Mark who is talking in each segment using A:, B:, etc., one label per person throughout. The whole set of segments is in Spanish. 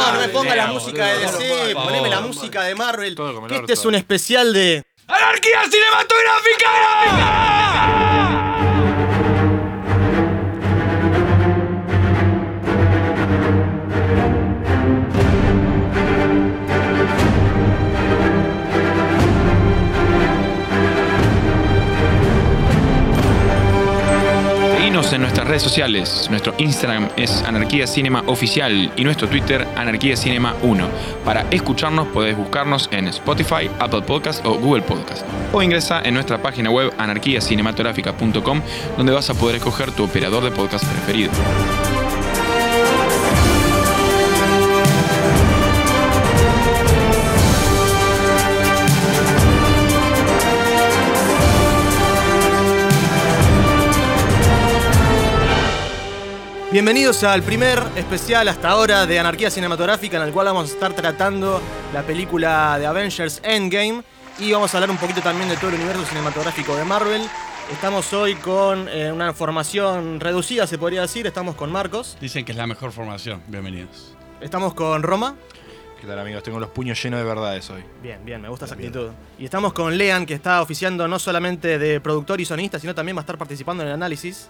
A: la
B: vamos,
A: música de
B: por
A: DC,
B: favor.
A: poneme la música de Marvel.
B: Todo como el
A: que
B: orto.
A: este es un especial de.
B: ¡Anarquía cinematográfica!
C: Seguinos en nuestras redes sociales. Nuestro Instagram es Anarquía Cinema Oficial y nuestro Twitter Anarquía Cinema 1. Para escucharnos podés buscarnos en Spotify, Apple Podcast o Google Podcast. O ingresa en nuestra página web anarquiacinematográfica.com donde vas a poder escoger tu operador de podcast preferido.
A: Bienvenidos al primer especial hasta ahora de Anarquía Cinematográfica, en el cual vamos a estar tratando la película de Avengers Endgame y vamos a hablar un poquito también de todo el universo cinematográfico de Marvel. Estamos hoy con eh, una formación reducida, se podría decir. Estamos con Marcos,
D: Dicen que es la mejor formación. Bienvenidos.
A: estamos con Roma.
E: ¿Qué tal amigos? Tengo los puños llenos de verdades hoy.
A: Bien, bien, me gusta esa actitud. Y estamos con Lean, que está oficiando no solamente de productor y sonista, sino también va a estar participando en el análisis.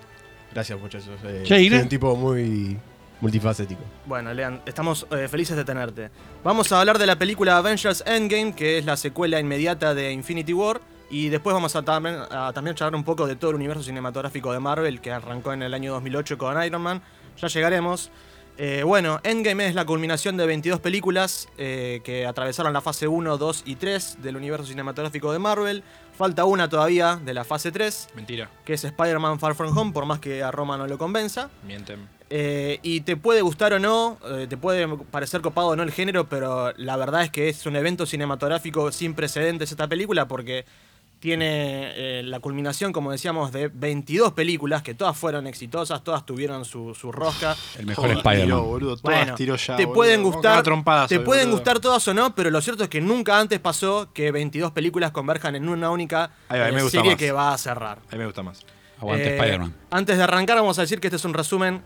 F: Gracias, muchachos. Eh,
D: Che, Ira.
F: soy un tipo muy multifacético.
A: Bueno, Lean, estamos eh, felices de tenerte. Vamos a hablar de la película Avengers Endgame, que es la secuela inmediata de Infinity War. Y después vamos a, también- a también charlar un poco de todo el universo cinematográfico de Marvel, que arrancó en el año 2008 con Iron Man. Ya llegaremos. Eh, bueno, Endgame es la culminación de 22 películas eh, que atravesaron la fase 1, 2 y 3 del universo cinematográfico de Marvel. Falta una todavía de la fase 3,
C: Mentira,
A: que es Spider-Man Far From Home, por más que a Roma no lo convenza.
C: mienten.
A: Eh, y te puede gustar o no, eh, te puede parecer copado o no el género, pero la verdad es que es un evento cinematográfico sin precedentes esta película porque tiene eh, la culminación, como decíamos, de 22 películas que todas fueron exitosas, todas tuvieron su, su rosca.
D: El mejor
E: Todas tiró,
D: Spider-Man.
E: boludo, todas
A: Bueno,
E: tiró ya,
A: te
E: boludo.
A: pueden
E: Vamos a
A: gustar,
E: cagar trompadas
A: te
E: hoy,
A: pueden
E: boludo.
A: gustar todas o no, pero lo cierto es que nunca antes pasó que 22 películas converjan en una única
E: Ahí va, ahí
A: eh,
E: me gusta
A: serie
E: más.
A: que va a cerrar.
E: A mí me gusta más.
D: Aguante
A: Eh,
D: Spider-Man.
A: Antes de arrancar, vamos a decir que este es un resumen.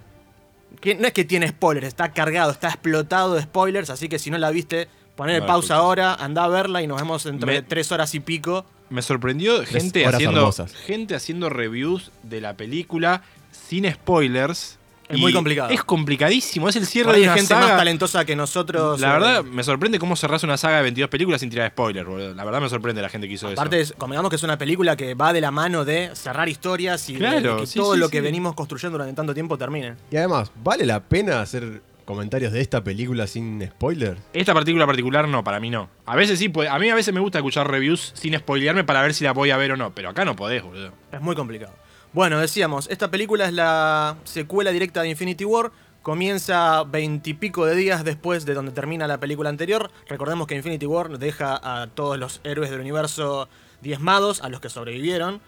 A: Que no es que tiene spoilers, está cargado, está explotado de spoilers. Así que si no la viste, ponele
E: No la
A: pausa
E: escucho.
A: ahora, anda a verla y nos vemos dentro
E: Me-
A: de tres horas y pico.
E: Me sorprendió gente
F: horas
E: haciendo,
F: hermosas.
E: gente haciendo reviews de la película sin spoilers.
A: Es
E: Y
A: muy complicado.
E: Es complicadísimo, es el
A: Por
E: cierre
A: ahí
E: de
A: hay
E: una
A: gente
E: saga.
A: más talentosa que nosotros.
E: la
A: eh,
E: verdad, me sorprende cómo cerrás una saga de 22 películas sin tirar spoilers, boludo. La verdad me sorprende la gente que hizo
A: Aparte,
E: eso.
A: es- convengamos que es una película que va de la mano de cerrar historias y de-
E: Claro,
A: de que
E: sí,
A: todo
E: sí,
A: lo
E: sí.
A: que venimos construyendo durante tanto tiempo termine.
F: Y además, ¿vale la pena hacer comentarios de esta película sin spoiler?
E: Esta partícula particular no, para mí no. A veces sí, puede- a mí a veces me gusta escuchar reviews sin spoilearme para ver si la voy a ver o no, pero acá no podés, boludo.
A: Es muy complicado. Bueno, decíamos, esta película es la secuela directa de Infinity War. Comienza veintipico de días después de donde termina la película anterior. Recordemos que Infinity War deja a todos los héroes del universo diezmados, a los que sobrevivieron.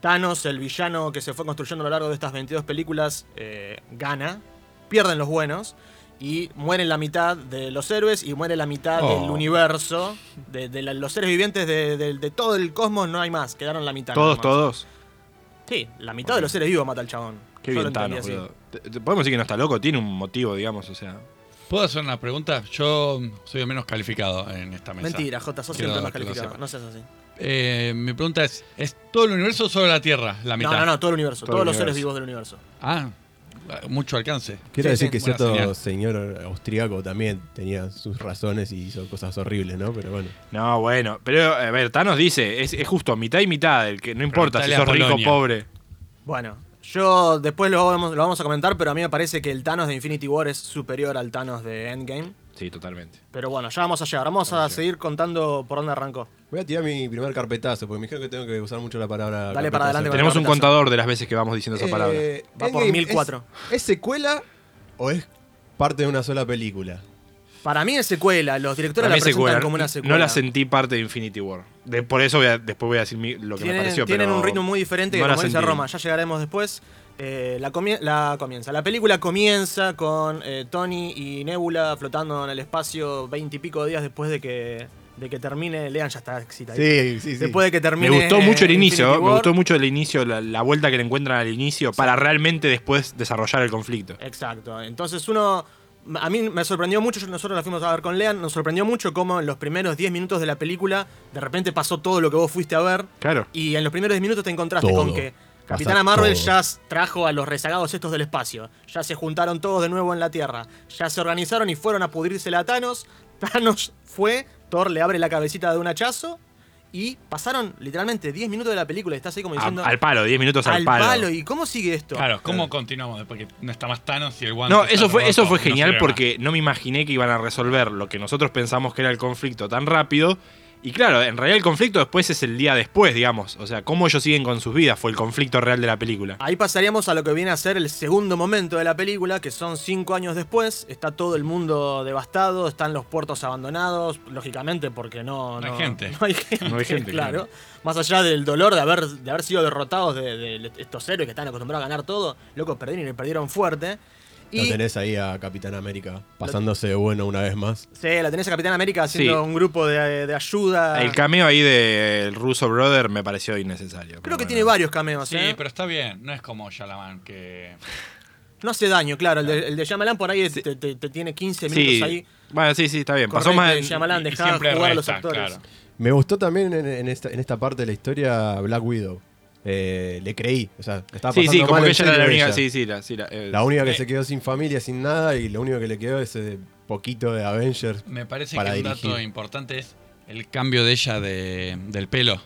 A: Thanos, el villano que se fue construyendo a lo largo de estas 22 películas, eh, gana. Pierden los buenos. Y mueren la mitad de los héroes y muere la mitad
D: Oh.
A: del universo. De, de la- los seres vivientes de, de- de todo el cosmos no hay más. Quedaron la mitad. nada
E: Todos,
A: más.
E: todos.
A: Sí, la mitad de los seres vivos mata al chabón.
E: Qué
A: Yo lo
E: bien
A: entendí
E: Thanos,
A: así.
E: boludo. Te- te- Podemos decir que no está loco, tiene un motivo, digamos, o sea.
D: ¿Puedo hacer una pregunta? Yo soy el menos calificado en esta mesa.
A: Mentira, J, sos
D: Quiero
A: siempre más
D: que lo
A: calificado.
D: sepa.
A: No seas así.
D: Eh, mi pregunta es, ¿es todo el universo o solo la Tierra? La mitad.
A: No, no, no, todo el universo,
E: Todo
A: todos
E: el
A: los seres
E: universo.
A: vivos del universo.
D: Ah, mucho alcance.
F: Quiero
A: Sí,
F: decir
A: sí.
F: que
D: Buena
F: cierto
D: señal.
F: señor austriaco también tenía sus razones y hizo cosas horribles, ¿no? Pero bueno.
E: No, bueno, pero a ver, Thanos dice, es, es justo, mitad y mitad, el que no importa si
D: Preguntale a
E: sos rico o
D: Polonia.
E: pobre.
A: Bueno, yo después lo vamos, lo vamos a comentar, pero a mí me parece que el Thanos de Infinity War es superior al Thanos de Endgame.
E: Sí, totalmente.
A: Pero bueno, ya vamos a llegar. Vamos a seguir contando por dónde arrancó.
F: Voy a tirar mi primer carpetazo, porque me dijeron que tengo que usar mucho la palabra.
A: Dale para adelante con
F: carpetazo.
E: Tenemos un
A: carpetazo.
E: contador de las veces que vamos diciendo esa palabra.
F: Eh,
A: Va por
F: Endgame,
A: 1004.
F: ¿es- ¿Es secuela o es parte de una sola película?
A: Para mí es secuela, los directores
E: Para
A: la
E: mí es
A: presentan
E: secuela,
A: como una secuela.
E: No la sentí parte de Infinity War. De- por eso voy a- después voy a decir mi- lo que
A: tienen,
E: me pareció.
A: tienen
E: pero
A: un ritmo muy diferente que
E: no la
A: como dice
E: sentí.
A: Roma, ya llegaremos después. Eh, la, comie- la comienza. La película comienza con eh, Tony y Nebula flotando en el espacio veintipico días después de que, de que termine. Lean ya está excitado.
F: Sí, sí, sí.
A: Después de que
E: Me
A: termine.
E: gustó mucho el
A: eh,
E: inicio,
A: Infinity
E: me
A: War.
E: gustó mucho el inicio, la, la vuelta que le encuentran al inicio para realmente después desarrollar el conflicto.
A: Exacto. Entonces uno a mí me sorprendió mucho, yo- nosotros la fuimos a ver con Lean, nos sorprendió mucho cómo en los primeros 10 minutos de la película de repente pasó todo lo que vos fuiste a ver.
E: Claro.
A: Y en los primeros 10 minutos te encontraste
F: Todo.
A: con que Capitana
F: Pasa
A: Marvel
F: todo.
A: ya s- trajo a los rezagados estos del espacio, ya se juntaron todos de nuevo en la Tierra, ya se organizaron y fueron a pudrírsela a Thanos, Thanos fue, Thor le abre la cabecita de un hachazo y pasaron literalmente 10 minutos de la película y estás ahí como
E: A-
A: diciendo...
E: al palo, 10 minutos al,
A: "Al
E: palo.
A: ¿y cómo sigue esto?
D: Claro, ¿cómo continuamos? Porque no está más Thanos y el guante.
E: No,
D: está
E: eso fue,
D: roto,
E: eso fue
D: no
E: genial
D: sirve más.
E: porque no me imaginé que iban a resolver lo que nosotros pensamos que era el conflicto tan rápido. Y claro, en realidad el conflicto después es el día después, digamos. O sea, cómo ellos siguen con sus vidas fue el conflicto real de la película.
A: Ahí pasaríamos a lo que viene a ser el segundo momento de la película, que son cinco años después. Está todo el mundo devastado, están los puertos abandonados, lógicamente porque no,
D: No hay gente.
A: no hay gente.
E: No hay gente,
A: claro. Más allá del dolor de haber, de haber sido derrotados de, de estos héroes que están acostumbrados a ganar todo, loco, perdieron y perdieron fuerte.
F: Lo
A: Y
F: tenés ahí a Capitán América pasándose de bueno una vez más.
A: sí, la tenés a Capitán América haciendo
E: Sí.
A: un grupo de, de ayuda.
E: El cameo ahí del ruso brother me pareció innecesario.
A: Creo que
E: pero
A: tiene
E: bueno.
A: varios cameos,
D: Sí,
A: ¿eh?
D: pero está bien. No es como Shalaman que.
A: No hace daño, claro. El de, el de Shyamalan por ahí te, te- te tiene 15 minutos
E: Sí.
A: ahí.
E: Bueno, sí, sí, está bien.
A: Pasó
E: Pasó más.
A: Shyamalan
D: y- y
A: dejaba
D: siempre
A: jugar a los
D: resta,
A: actores.
D: claro.
F: Me gustó también en, en esta, en esta parte de la historia Black Widow. Eh, le creí, o sea, estaba
E: Sí,
F: pasando
E: sí, como
F: mal
E: que
F: en
E: ella era
F: serio
E: la única.
F: ella.
E: Sí, sí, la, sí, la, eh,
F: La única que
D: Eh.
F: se quedó sin familia, sin nada, y lo único que le quedó es ese poquito de Avengers.
D: Me parece
F: Para
D: que un dato
F: dirigir.
D: importante es el cambio de ella de- del pelo.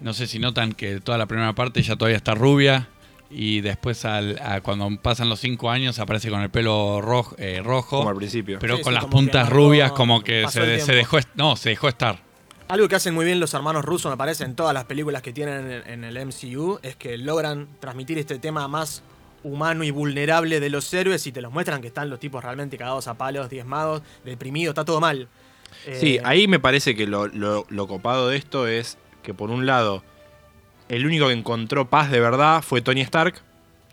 D: No sé si notan que toda la primera parte ella todavía está rubia y después al, a cuando pasan los cinco años aparece con el pelo rojo, eh, rojo
E: como al principio.
D: pero
A: Sí,
D: con
A: sí,
D: las
A: como que
D: puntas
A: agarró,
D: rubias como que
A: pasó
D: se,
A: el
D: de- se
A: tiempo.
D: dejó est- no se dejó estar.
A: Algo que hacen muy bien los hermanos rusos, me parece, en todas las películas que tienen en, en el MCU, es que logran transmitir este tema más humano y vulnerable de los héroes y te los muestran que están los tipos realmente cagados a palos, diezmados, deprimidos, está todo mal. Eh,
E: Sí, ahí me parece que lo, lo- lo copado de esto es que por un lado, el único que encontró paz de verdad fue Tony Stark.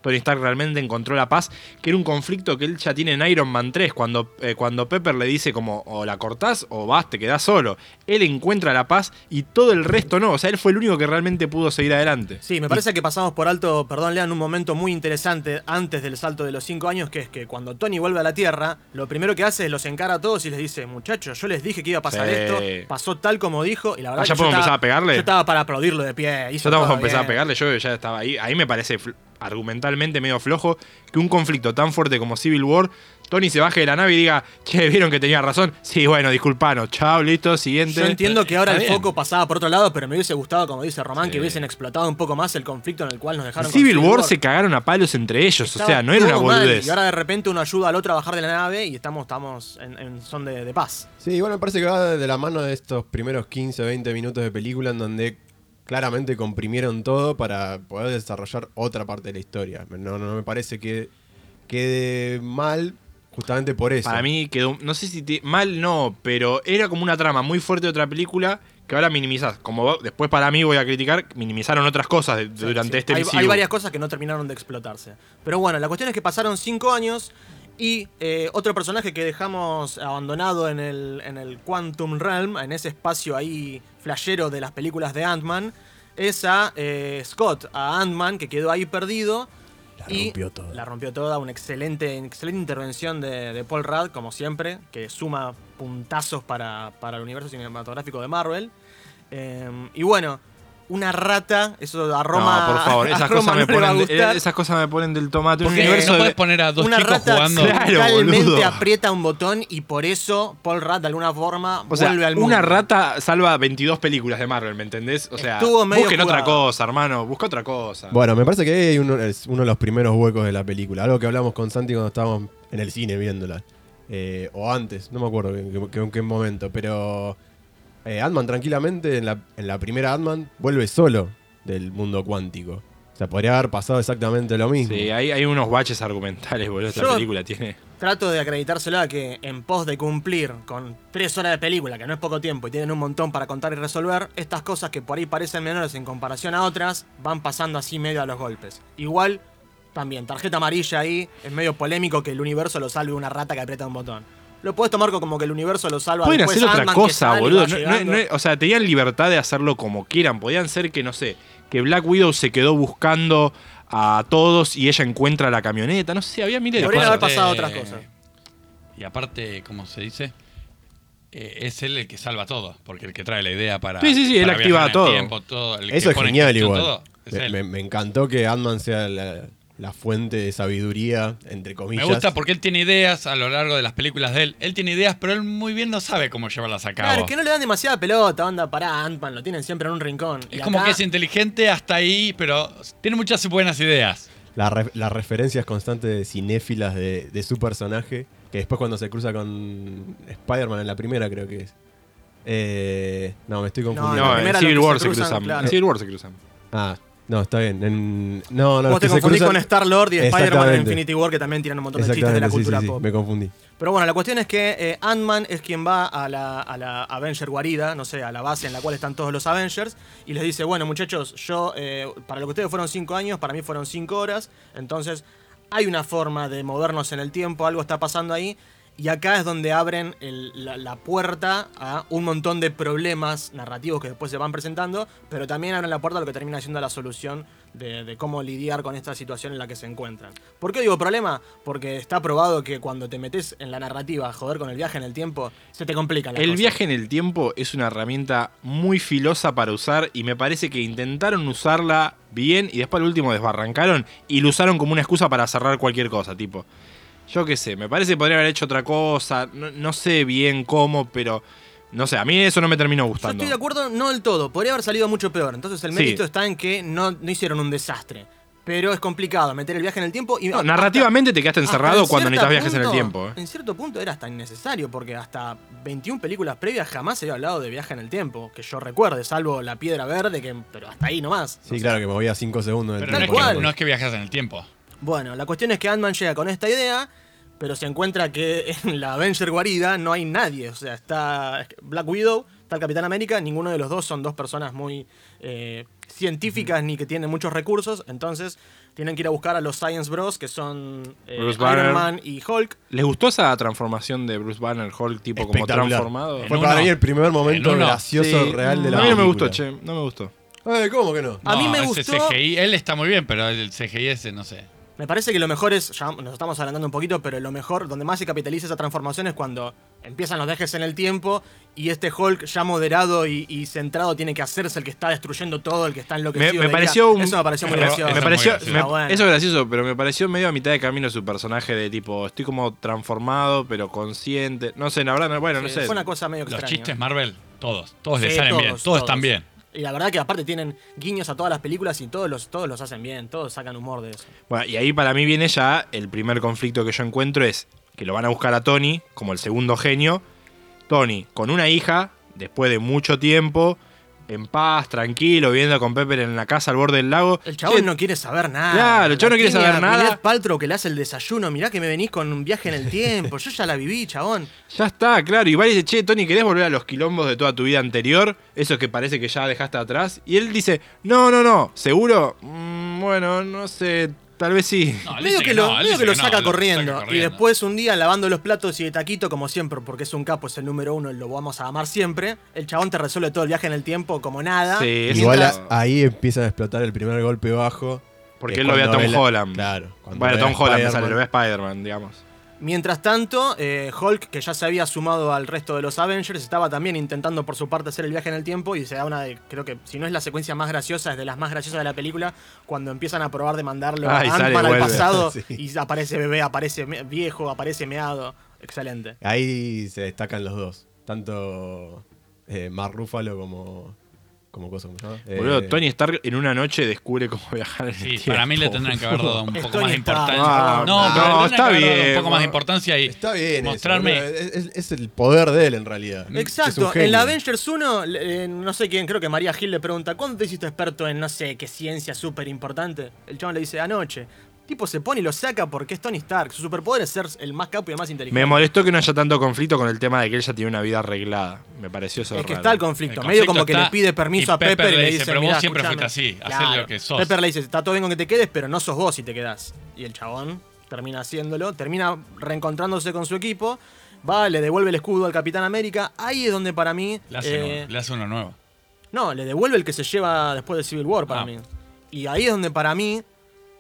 E: Tony Stark realmente encontró la paz, que era un conflicto que él ya tiene en Iron Man 3, cuando, eh, cuando Pepper le dice como o la cortás o vas, te quedás solo. Él encuentra la paz y todo el resto no, o sea, él fue el único que realmente pudo seguir adelante.
A: Sí, me parece que pasamos por alto, perdón, Lean, un momento muy interesante antes del salto de los cinco años, que es que cuando Tony vuelve a la Tierra, lo primero que hace es los encara a todos y les dice, muchachos, yo les dije que iba a pasar
E: Sí.
A: esto, pasó tal como dijo, y la verdad
E: Ah, ¿ya
A: que yo
E: podemos
A: estaba-
E: empezar a pegarle?
A: Yo estaba para aplaudirlo de pie.
E: Yo estaba por empezar a pegarle, yo ya estaba ahí. Ahí me parece fl- argumentalmente medio flojo que un conflicto tan fuerte como Civil War, Tony se baje de la nave y diga, che, vieron que tenía razón. Sí, bueno, disculpanos, chao, listo, siguiente.
A: Yo entiendo que ahora
E: Está
A: el
E: bien.
A: foco pasaba por otro lado, pero me hubiese gustado, como dice Román, que
E: Sí.
A: hubiesen explotado un poco más el conflicto en el cual nos
E: En
A: dejaron. con
E: Civil War se cagaron a palos entre ellos, o sea,
A: Estaba
E: no era una
A: todo mal,
E: boludez.
A: Y ahora de repente uno ayuda al otro a bajar de la nave y estamos, estamos en, en son de, de paz.
F: Sí, igual me parece que va de la mano de estos primeros 15, 20 minutos de película en donde claramente comprimieron todo para poder desarrollar otra parte de la historia. No, no me parece que quede mal justamente por eso.
E: Para mí quedó, no sé si te- mal no, pero era como una trama muy fuerte de otra película que ahora minimizás. Como va- después para mí voy a criticar, minimizaron otras cosas de- durante
A: Sí,
E: este
A: hay,
E: MCU.
A: hay varias cosas que no terminaron de explotarse. Pero bueno, la cuestión es que pasaron cinco años y eh, otro personaje que dejamos abandonado en el, en el Quantum Realm, en ese espacio ahí flashero de las películas de Ant-Man, es a eh, Scott, a Ant-Man, que quedó ahí perdido.
F: La
A: y
F: rompió toda.
A: La rompió toda, una excelente, excelente intervención de, de Paul Rudd, como siempre, que suma puntazos para, para el universo cinematográfico de Marvel. Eh, y bueno, una rata, eso a Roma.
E: no, por favor,
A: a
E: esas
A: Roma
E: cosas, me
A: no le va a
E: ponen,
A: gustar.
E: esas cosas me ponen del tomate. Un
D: Porque
E: universo
D: no
E: de-
D: puedes poner a dos
A: una
D: chicos
A: rata
D: jugando.
E: Claro,
A: realmente
E: boludo.
A: aprieta un botón y por eso Paul Rudd de alguna forma
E: O sea,
A: vuelve al mundo.
E: una rata salva 22 películas de Marvel, ¿me entendés? O sea,
A: Estuvo medio
E: busquen otra
A: jugado.
E: cosa, hermano, busca otra cosa.
F: Ah. Bueno, me parece que ahí hay uno, es uno de los primeros huecos de la película. Algo que hablamos con Santi cuando estábamos en el cine viéndola. Eh, o antes, no me acuerdo en qué, en qué momento. Pero eh, Ant-Man tranquilamente, en la, en la primera Ant-Man, vuelve solo del mundo cuántico. O sea, podría haber pasado exactamente lo mismo.
E: Sí, hay, hay unos baches argumentales, boludo, esta
A: Yo-
E: película tiene.
A: Trato de acreditárselo a que en pos de cumplir con tres horas de película, que no es poco tiempo y tienen un montón para contar y resolver, estas cosas que por ahí parecen menores en comparación a otras, van pasando así medio a los golpes. Igual, también, tarjeta amarilla ahí, es medio polémico que el universo lo salve una rata que aprieta un botón. Lo puedes tomar como que el universo lo salva
E: Pueden
A: después
E: hacer otra
A: Ant-Man que
E: cosa,
A: sale y
E: boludo.
A: va
E: no- no-
A: llegando.
E: no- o sea, tenían libertad de hacerlo como quieran. Podían ser que, no sé, que Black Widow se quedó buscando a todos y ella encuentra la camioneta. No sé, había miles de
A: Podrían
E: cosas.
A: haber pasado otras cosas.
D: Y aparte, como se dice, Eh, es él el que salva todo, porque el que trae la idea para.
E: Sí, sí, sí, él
D: para
E: activa
D: viajar en el
E: todo.
D: tiempo, todo, el
F: Eso
D: que
F: es
D: pone
F: genial
D: escrito
F: igual.
D: todo, es
F: me,
D: él.
F: me- me encantó que Ant-Man sea la, la fuente de sabiduría, entre
D: Me
F: comillas.
D: gusta porque él tiene ideas a lo largo de las películas de él. Él tiene ideas, pero él muy bien no sabe cómo llevarlas a cabo.
A: Claro, es que no le dan demasiada pelota, onda, para Ant-Man, lo tienen siempre en un rincón.
D: Es
A: Y
D: como
A: acá-
D: que es inteligente hasta ahí, pero tiene muchas buenas ideas.
F: La re- las referencias constantes de cinéfilas de, de su personaje, que después cuando se cruza con Spider-Man en la primera creo que es. Eh, no, me estoy
A: No,
F: confundiendo.
E: No,
A: la
E: en
A: primera
E: Civil
A: lo que
E: War
A: se
E: se
A: cruzan,
E: cruzan.
A: claro.
E: En Civil War se cruzan.
F: Ah, no, está bien. en-
A: Vos
F: no, no, los
A: te
F: que se
A: confundís
F: cruzan-
A: con Star-Lord y Spider-Man en
F: Exactamente.
A: Infinity War, que también tienen un montón de chistes de la
F: Exactamente, sí,
A: cultura
F: sí, sí,
A: pop.
F: me confundí.
A: Pero bueno, la cuestión es que eh, Ant-Man es quien va a la, a la Avenger guarida, no sé, a la base en la cual están todos los Avengers, y les dice, bueno muchachos, yo, eh, para lo que ustedes fueron cinco años, para mí fueron cinco horas, entonces hay una forma de movernos en el tiempo, algo está pasando ahí, y acá es donde abren el- la, la puerta a un montón de problemas narrativos que después se van presentando, pero también abren la puerta a lo que termina siendo la solución de, de cómo lidiar con esta situación en la que se encuentran. ¿Por qué digo problema? Porque está probado que cuando te metes en la narrativa a joder con el viaje en el tiempo, se te complica la
E: El viaje en el tiempo es una herramienta muy filosa para usar y me parece que intentaron usarla bien y después al último desbarrancaron y lo usaron como una excusa para cerrar cualquier cosa, tipo. Yo qué sé, me parece que podría haber hecho otra cosa, no, no sé bien cómo, pero no sé, a mí eso no me terminó
A: Yo
E: gustando.
A: estoy de acuerdo, no del todo. Podría haber salido mucho peor. Entonces el
E: Sí.
A: mérito está en que no, no hicieron un desastre. Pero es complicado meter el viaje en el tiempo y.
E: No, narrativamente te quedaste
A: hasta- hasta
E: encerrado
A: en
E: cuando
A: cierto
E: necesitas viajes en el
A: punto-
E: tiempo. ¿eh?
A: En cierto punto era hasta innecesario, porque hasta 21 películas previas jamás se había hablado de viaje en el tiempo. Que yo recuerde, salvo La Piedra Verde, que, pero hasta ahí nomás.
F: Sí, claro, que me voy a 5 segundos. del
D: Pero no
A: Tal
D: es,
F: tiempo.
A: cual.
D: que, no es que viajas en el tiempo.
A: Bueno, la cuestión es que Ant-Man llega con esta idea, pero se encuentra que en la Avenger guarida no hay nadie. O sea, está Black Widow, está el Capitán América, ninguno de los dos son dos personas muy eh, científicas ni que tienen muchos recursos. Entonces tienen que ir a buscar a los Science Bros, que son eh,
E: Bruce
A: Iron
E: Banner.
A: Man y Hulk.
E: ¿Les gustó esa transformación de Bruce Banner Hulk, tipo como
F: Espectacular.
E: transformado?
F: Fue
D: En
F: para
D: uno.
F: mí el primer momento
D: En uno.
F: gracioso
E: Sí.
F: real de la
E: A mí no me
F: película.
E: gustó, Ah, che, no me gustó.
F: Eh, ¿Cómo que no?
A: A mí
D: No,
A: me
D: ese
A: gustó-
D: CGI, él está muy bien, pero el CGI ese, no sé.
A: Me parece que lo mejor es, ya nos estamos adelantando un poquito, pero lo mejor, donde más se capitaliza esa transformación es cuando empiezan los dejes en el tiempo y este Hulk ya moderado y, y centrado tiene que hacerse el que está destruyendo todo, el que está enloquecido.
E: Me- me
A: de ira.
E: pareció un-
A: Eso me pareció muy
D: me-
A: gracioso.
D: Eso
E: me
D: es
E: pareció,
D: muy gracioso.
E: me-
A: Ah, bueno.
E: Eso es gracioso, pero me pareció medio a mitad de camino su personaje de tipo, estoy como transformado, pero consciente. No sé, la verdad, no- bueno, no
A: Sí,
E: sé.
A: Fue una cosa medio
D: Los
A: extraña.
D: chistes Marvel, todos. Todos le
A: Sí,
D: salen
A: todos,
D: bien, todos,
A: todos.
D: están bien.
A: Y la verdad que aparte tienen guiños a todas las películas y todos los, todos los hacen bien, todos sacan humor de eso.
E: Bueno, y ahí para mí viene ya el primer conflicto que yo encuentro es que lo van a buscar a Tony como el segundo genio. Tony, con una hija, después de mucho tiempo, en paz, tranquilo, viviendo con Pepper en la casa al borde del lago.
A: El chabón
E: Che,
A: no quiere saber nada.
E: Claro, el chabón no quiere
A: Tiene a
E: saber nada.
A: Gwyneth Paltrow que le hace el desayuno, mirá que me venís con un viaje en el tiempo, yo ya la viví, chabón.
E: Ya está, claro. Y va y dice, che, Tony, ¿querés volver a los quilombos de toda tu vida anterior? Eso que parece que ya dejaste atrás. Y él dice, no, no, no, ¿seguro? Mm, bueno, no sé, tal vez sí.
D: No, él
A: Medio
D: dice
A: que, lo,
D: no, él
A: medio
D: dice
A: que lo
D: no,
A: saca
D: lo
A: corriendo.
D: saca
A: Y
D: corriendo.
A: después un día lavando los platos y de taquito, como siempre, porque es un capo, es el número uno, lo vamos a amar siempre. El chabón te resuelve todo el viaje en el tiempo como nada.
E: Sí, es-
F: Igual
A: Mientras-
F: a- ahí empiezan a explotar el primer golpe bajo.
E: Porque
F: que
E: él lo ve a
F: cuando
E: Tom
F: ve la-
E: Holland.
F: Claro. cuando
E: Bueno,
F: ve a
E: Tom Holland, me
F: Spider-Man.
E: sale, lo ve a Spider-Man, digamos.
A: Mientras tanto, eh, Hulk, que ya se había sumado al resto de los Avengers, estaba también intentando por su parte hacer el viaje en el tiempo y se da una de, creo que si no es la secuencia más graciosa, es de las más graciosas de la película, cuando empiezan a probar de mandarlo
E: Ah, y
A: a
E: sale y
A: Ant-Man al
E: vuelve.
A: pasado
F: Sí.
A: y aparece bebé, aparece me- viejo, aparece meado. Excelente.
F: Ahí se destacan los dos. Tanto eh, Mark Ruffalo como. como cosa, ¿cómo se llama? Eh,
E: Boludo, Tony Stark en una noche descubre cómo viajar en el
D: Sí,
E: tiempo.
D: para mí le tendrían que haber dado un
A: Es
D: poco
A: Tony
D: más de
A: Stark.
D: importancia.
E: Ah,
D: no,
E: no,
D: pero le tendrían
E: está
D: que haber dado
E: bien,
D: Un poco más
E: bueno.
D: de importancia y
F: Está bien. eso,
D: mostrarme. Mm.
F: boludo, es, es- es el poder de él en realidad. Mm, Es un
A: Exacto,
F: genio.
A: en la Avengers 1, le- eh, no sé quién, creo que María Gil le pregunta, ¿cuándo te hiciste experto en no sé qué ciencia súper importante? El chabón le dice, anoche. Tipo se pone y lo saca porque es Tony Stark. Su superpoder es ser el más capo y el más inteligente.
E: Me molestó que no haya tanto conflicto con el tema de que él ya tiene una vida arreglada. Me pareció eso
A: es que
E: raro.
A: está el
D: El
A: conflicto,
D: conflicto
A: medio como que
D: está,
A: le pide permiso
D: y
A: a Pepper,
D: Pepper
A: y
D: le
A: le
D: dice,
A: dice,
D: "Pero vos
A: "Mirá,
D: siempre fuiste
A: escuchame".
D: así, hacé lo que sos.
A: Pepper le dice, está todo bien con que te quedes, pero no sos vos si te quedás. Y el chabón termina haciéndolo, termina reencontrándose con su equipo, va, le devuelve el escudo al Capitán América. Ahí es donde para mí...
D: le, hace
A: eh,
D: uno, le hace uno nuevo.
A: No, le devuelve el que se lleva después de Civil War para
D: Ah.
A: mí. Y ahí es donde para mí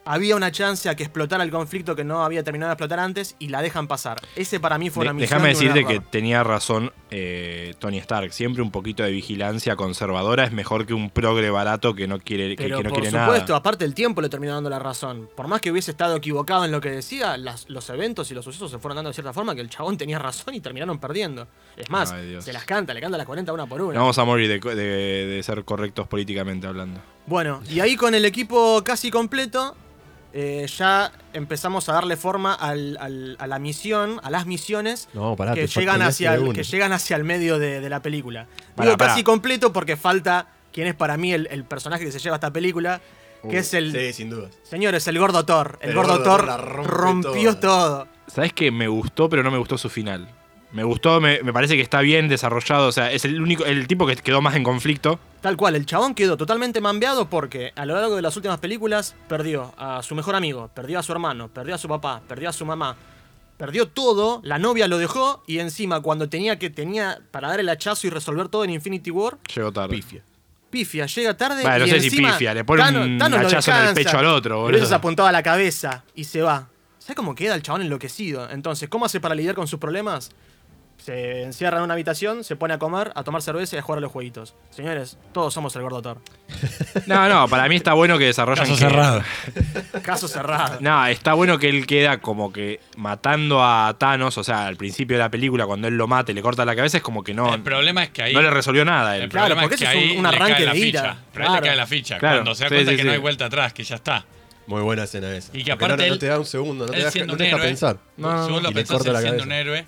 A: había una chance a que explotara el conflicto que no había terminado de explotar antes y la dejan pasar. Ese para mí fue una
E: De-
A: misión.
E: Déjame
A: de un
E: decirte que
A: error.
E: tenía razón eh, Tony Stark. Siempre un poquito de vigilancia conservadora es mejor que un progre barato que no quiere, que,
A: Pero
E: que no
A: por
E: quiere
A: supuesto,
E: nada.
A: aparte el tiempo le terminó dando la razón. Por más que hubiese estado equivocado en lo que decía, las- los eventos y los sucesos se fueron dando de cierta forma que el chabón tenía razón y terminaron perdiendo. Es más,
E: Ay, Dios.
A: se las canta, le canta las 40 una por una.
E: No vamos a morir de, co- de- de ser correctos políticamente hablando.
A: Bueno, y ahí con el equipo casi completo, eh, ya empezamos a darle forma al- al- a la misión, a las misiones
F: No, pará,
A: que,
F: te fal-
A: llegan
F: tenías
A: hacia
F: de
A: el,
F: una.
A: que llegan hacia el medio de, de la película.
E: Pará,
A: Digo
E: pará.
A: casi completo porque falta quien es para mí el, el personaje que se lleva esta película, que es el...
F: Uh, Sí, sin dudas.
A: Señores, el gordo Thor. El,
F: El
A: gordo,
F: gordo
A: Thor
F: la rompe
A: rompió todo.
E: ¿Sabes que Me gustó, pero no me gustó su final. Me gustó, me, me parece que está bien desarrollado. O sea, es el único, el tipo que quedó más en conflicto.
A: Tal cual, el chabón quedó totalmente mambeado porque a lo largo de las últimas películas perdió a su mejor amigo, perdió a su hermano, perdió a su papá, perdió a su mamá. Perdió todo, la novia lo dejó y encima cuando tenía que tenía para dar el hachazo y resolver todo en Infinity War,
E: Llegó tarde.
A: pifia, llega tarde
E: Bueno, no
A: y
E: sé si
A: encima
E: pifia, le pone un
A: lo
E: hachazo en el
A: descansa.
E: pecho al otro, boludo.
A: Pero eso se apuntaba a la cabeza y se va. ¿Sabes cómo queda el chabón enloquecido? Entonces, ¿cómo hace para lidiar con sus problemas? Se encierra en una habitación, se pone a comer, a tomar cerveza y a jugar a los jueguitos. Señores, todos somos el gordo Thor.
E: No, no, para mí está bueno que desarrollen.
D: Caso
E: que-
D: cerrado.
A: Caso cerrado.
E: No, está bueno que él queda como que matando a Thanos, o sea, al principio de la película, cuando él lo mata y le corta la cabeza, es como que no,
D: el problema es que ahí.
E: no le resolvió nada. a
D: el
E: él.
A: Claro,
D: problema
A: porque
D: es que
A: ese es un-
D: ahí
A: un
D: le
A: arranque
D: cae la
A: de ira.
D: ficha. Pero ahí
A: Claro.
D: le cae la ficha.
E: Claro.
D: Cuando se da
E: Sí,
D: cuenta
E: sí,
D: que
E: sí.
D: no hay vuelta atrás, que ya está.
F: Muy buena escena esa.
D: Y que
F: Porque
D: aparte
F: no, no
D: él-
F: te da un segundo, no te,
D: él
F: deja,
D: siendo
F: no
D: un
F: te deja
D: héroe,
F: pensar.
E: No,
D: si vos lo
F: y le
D: pensás
F: corta
D: él
F: la
D: siendo
F: cabeza.
D: un héroe,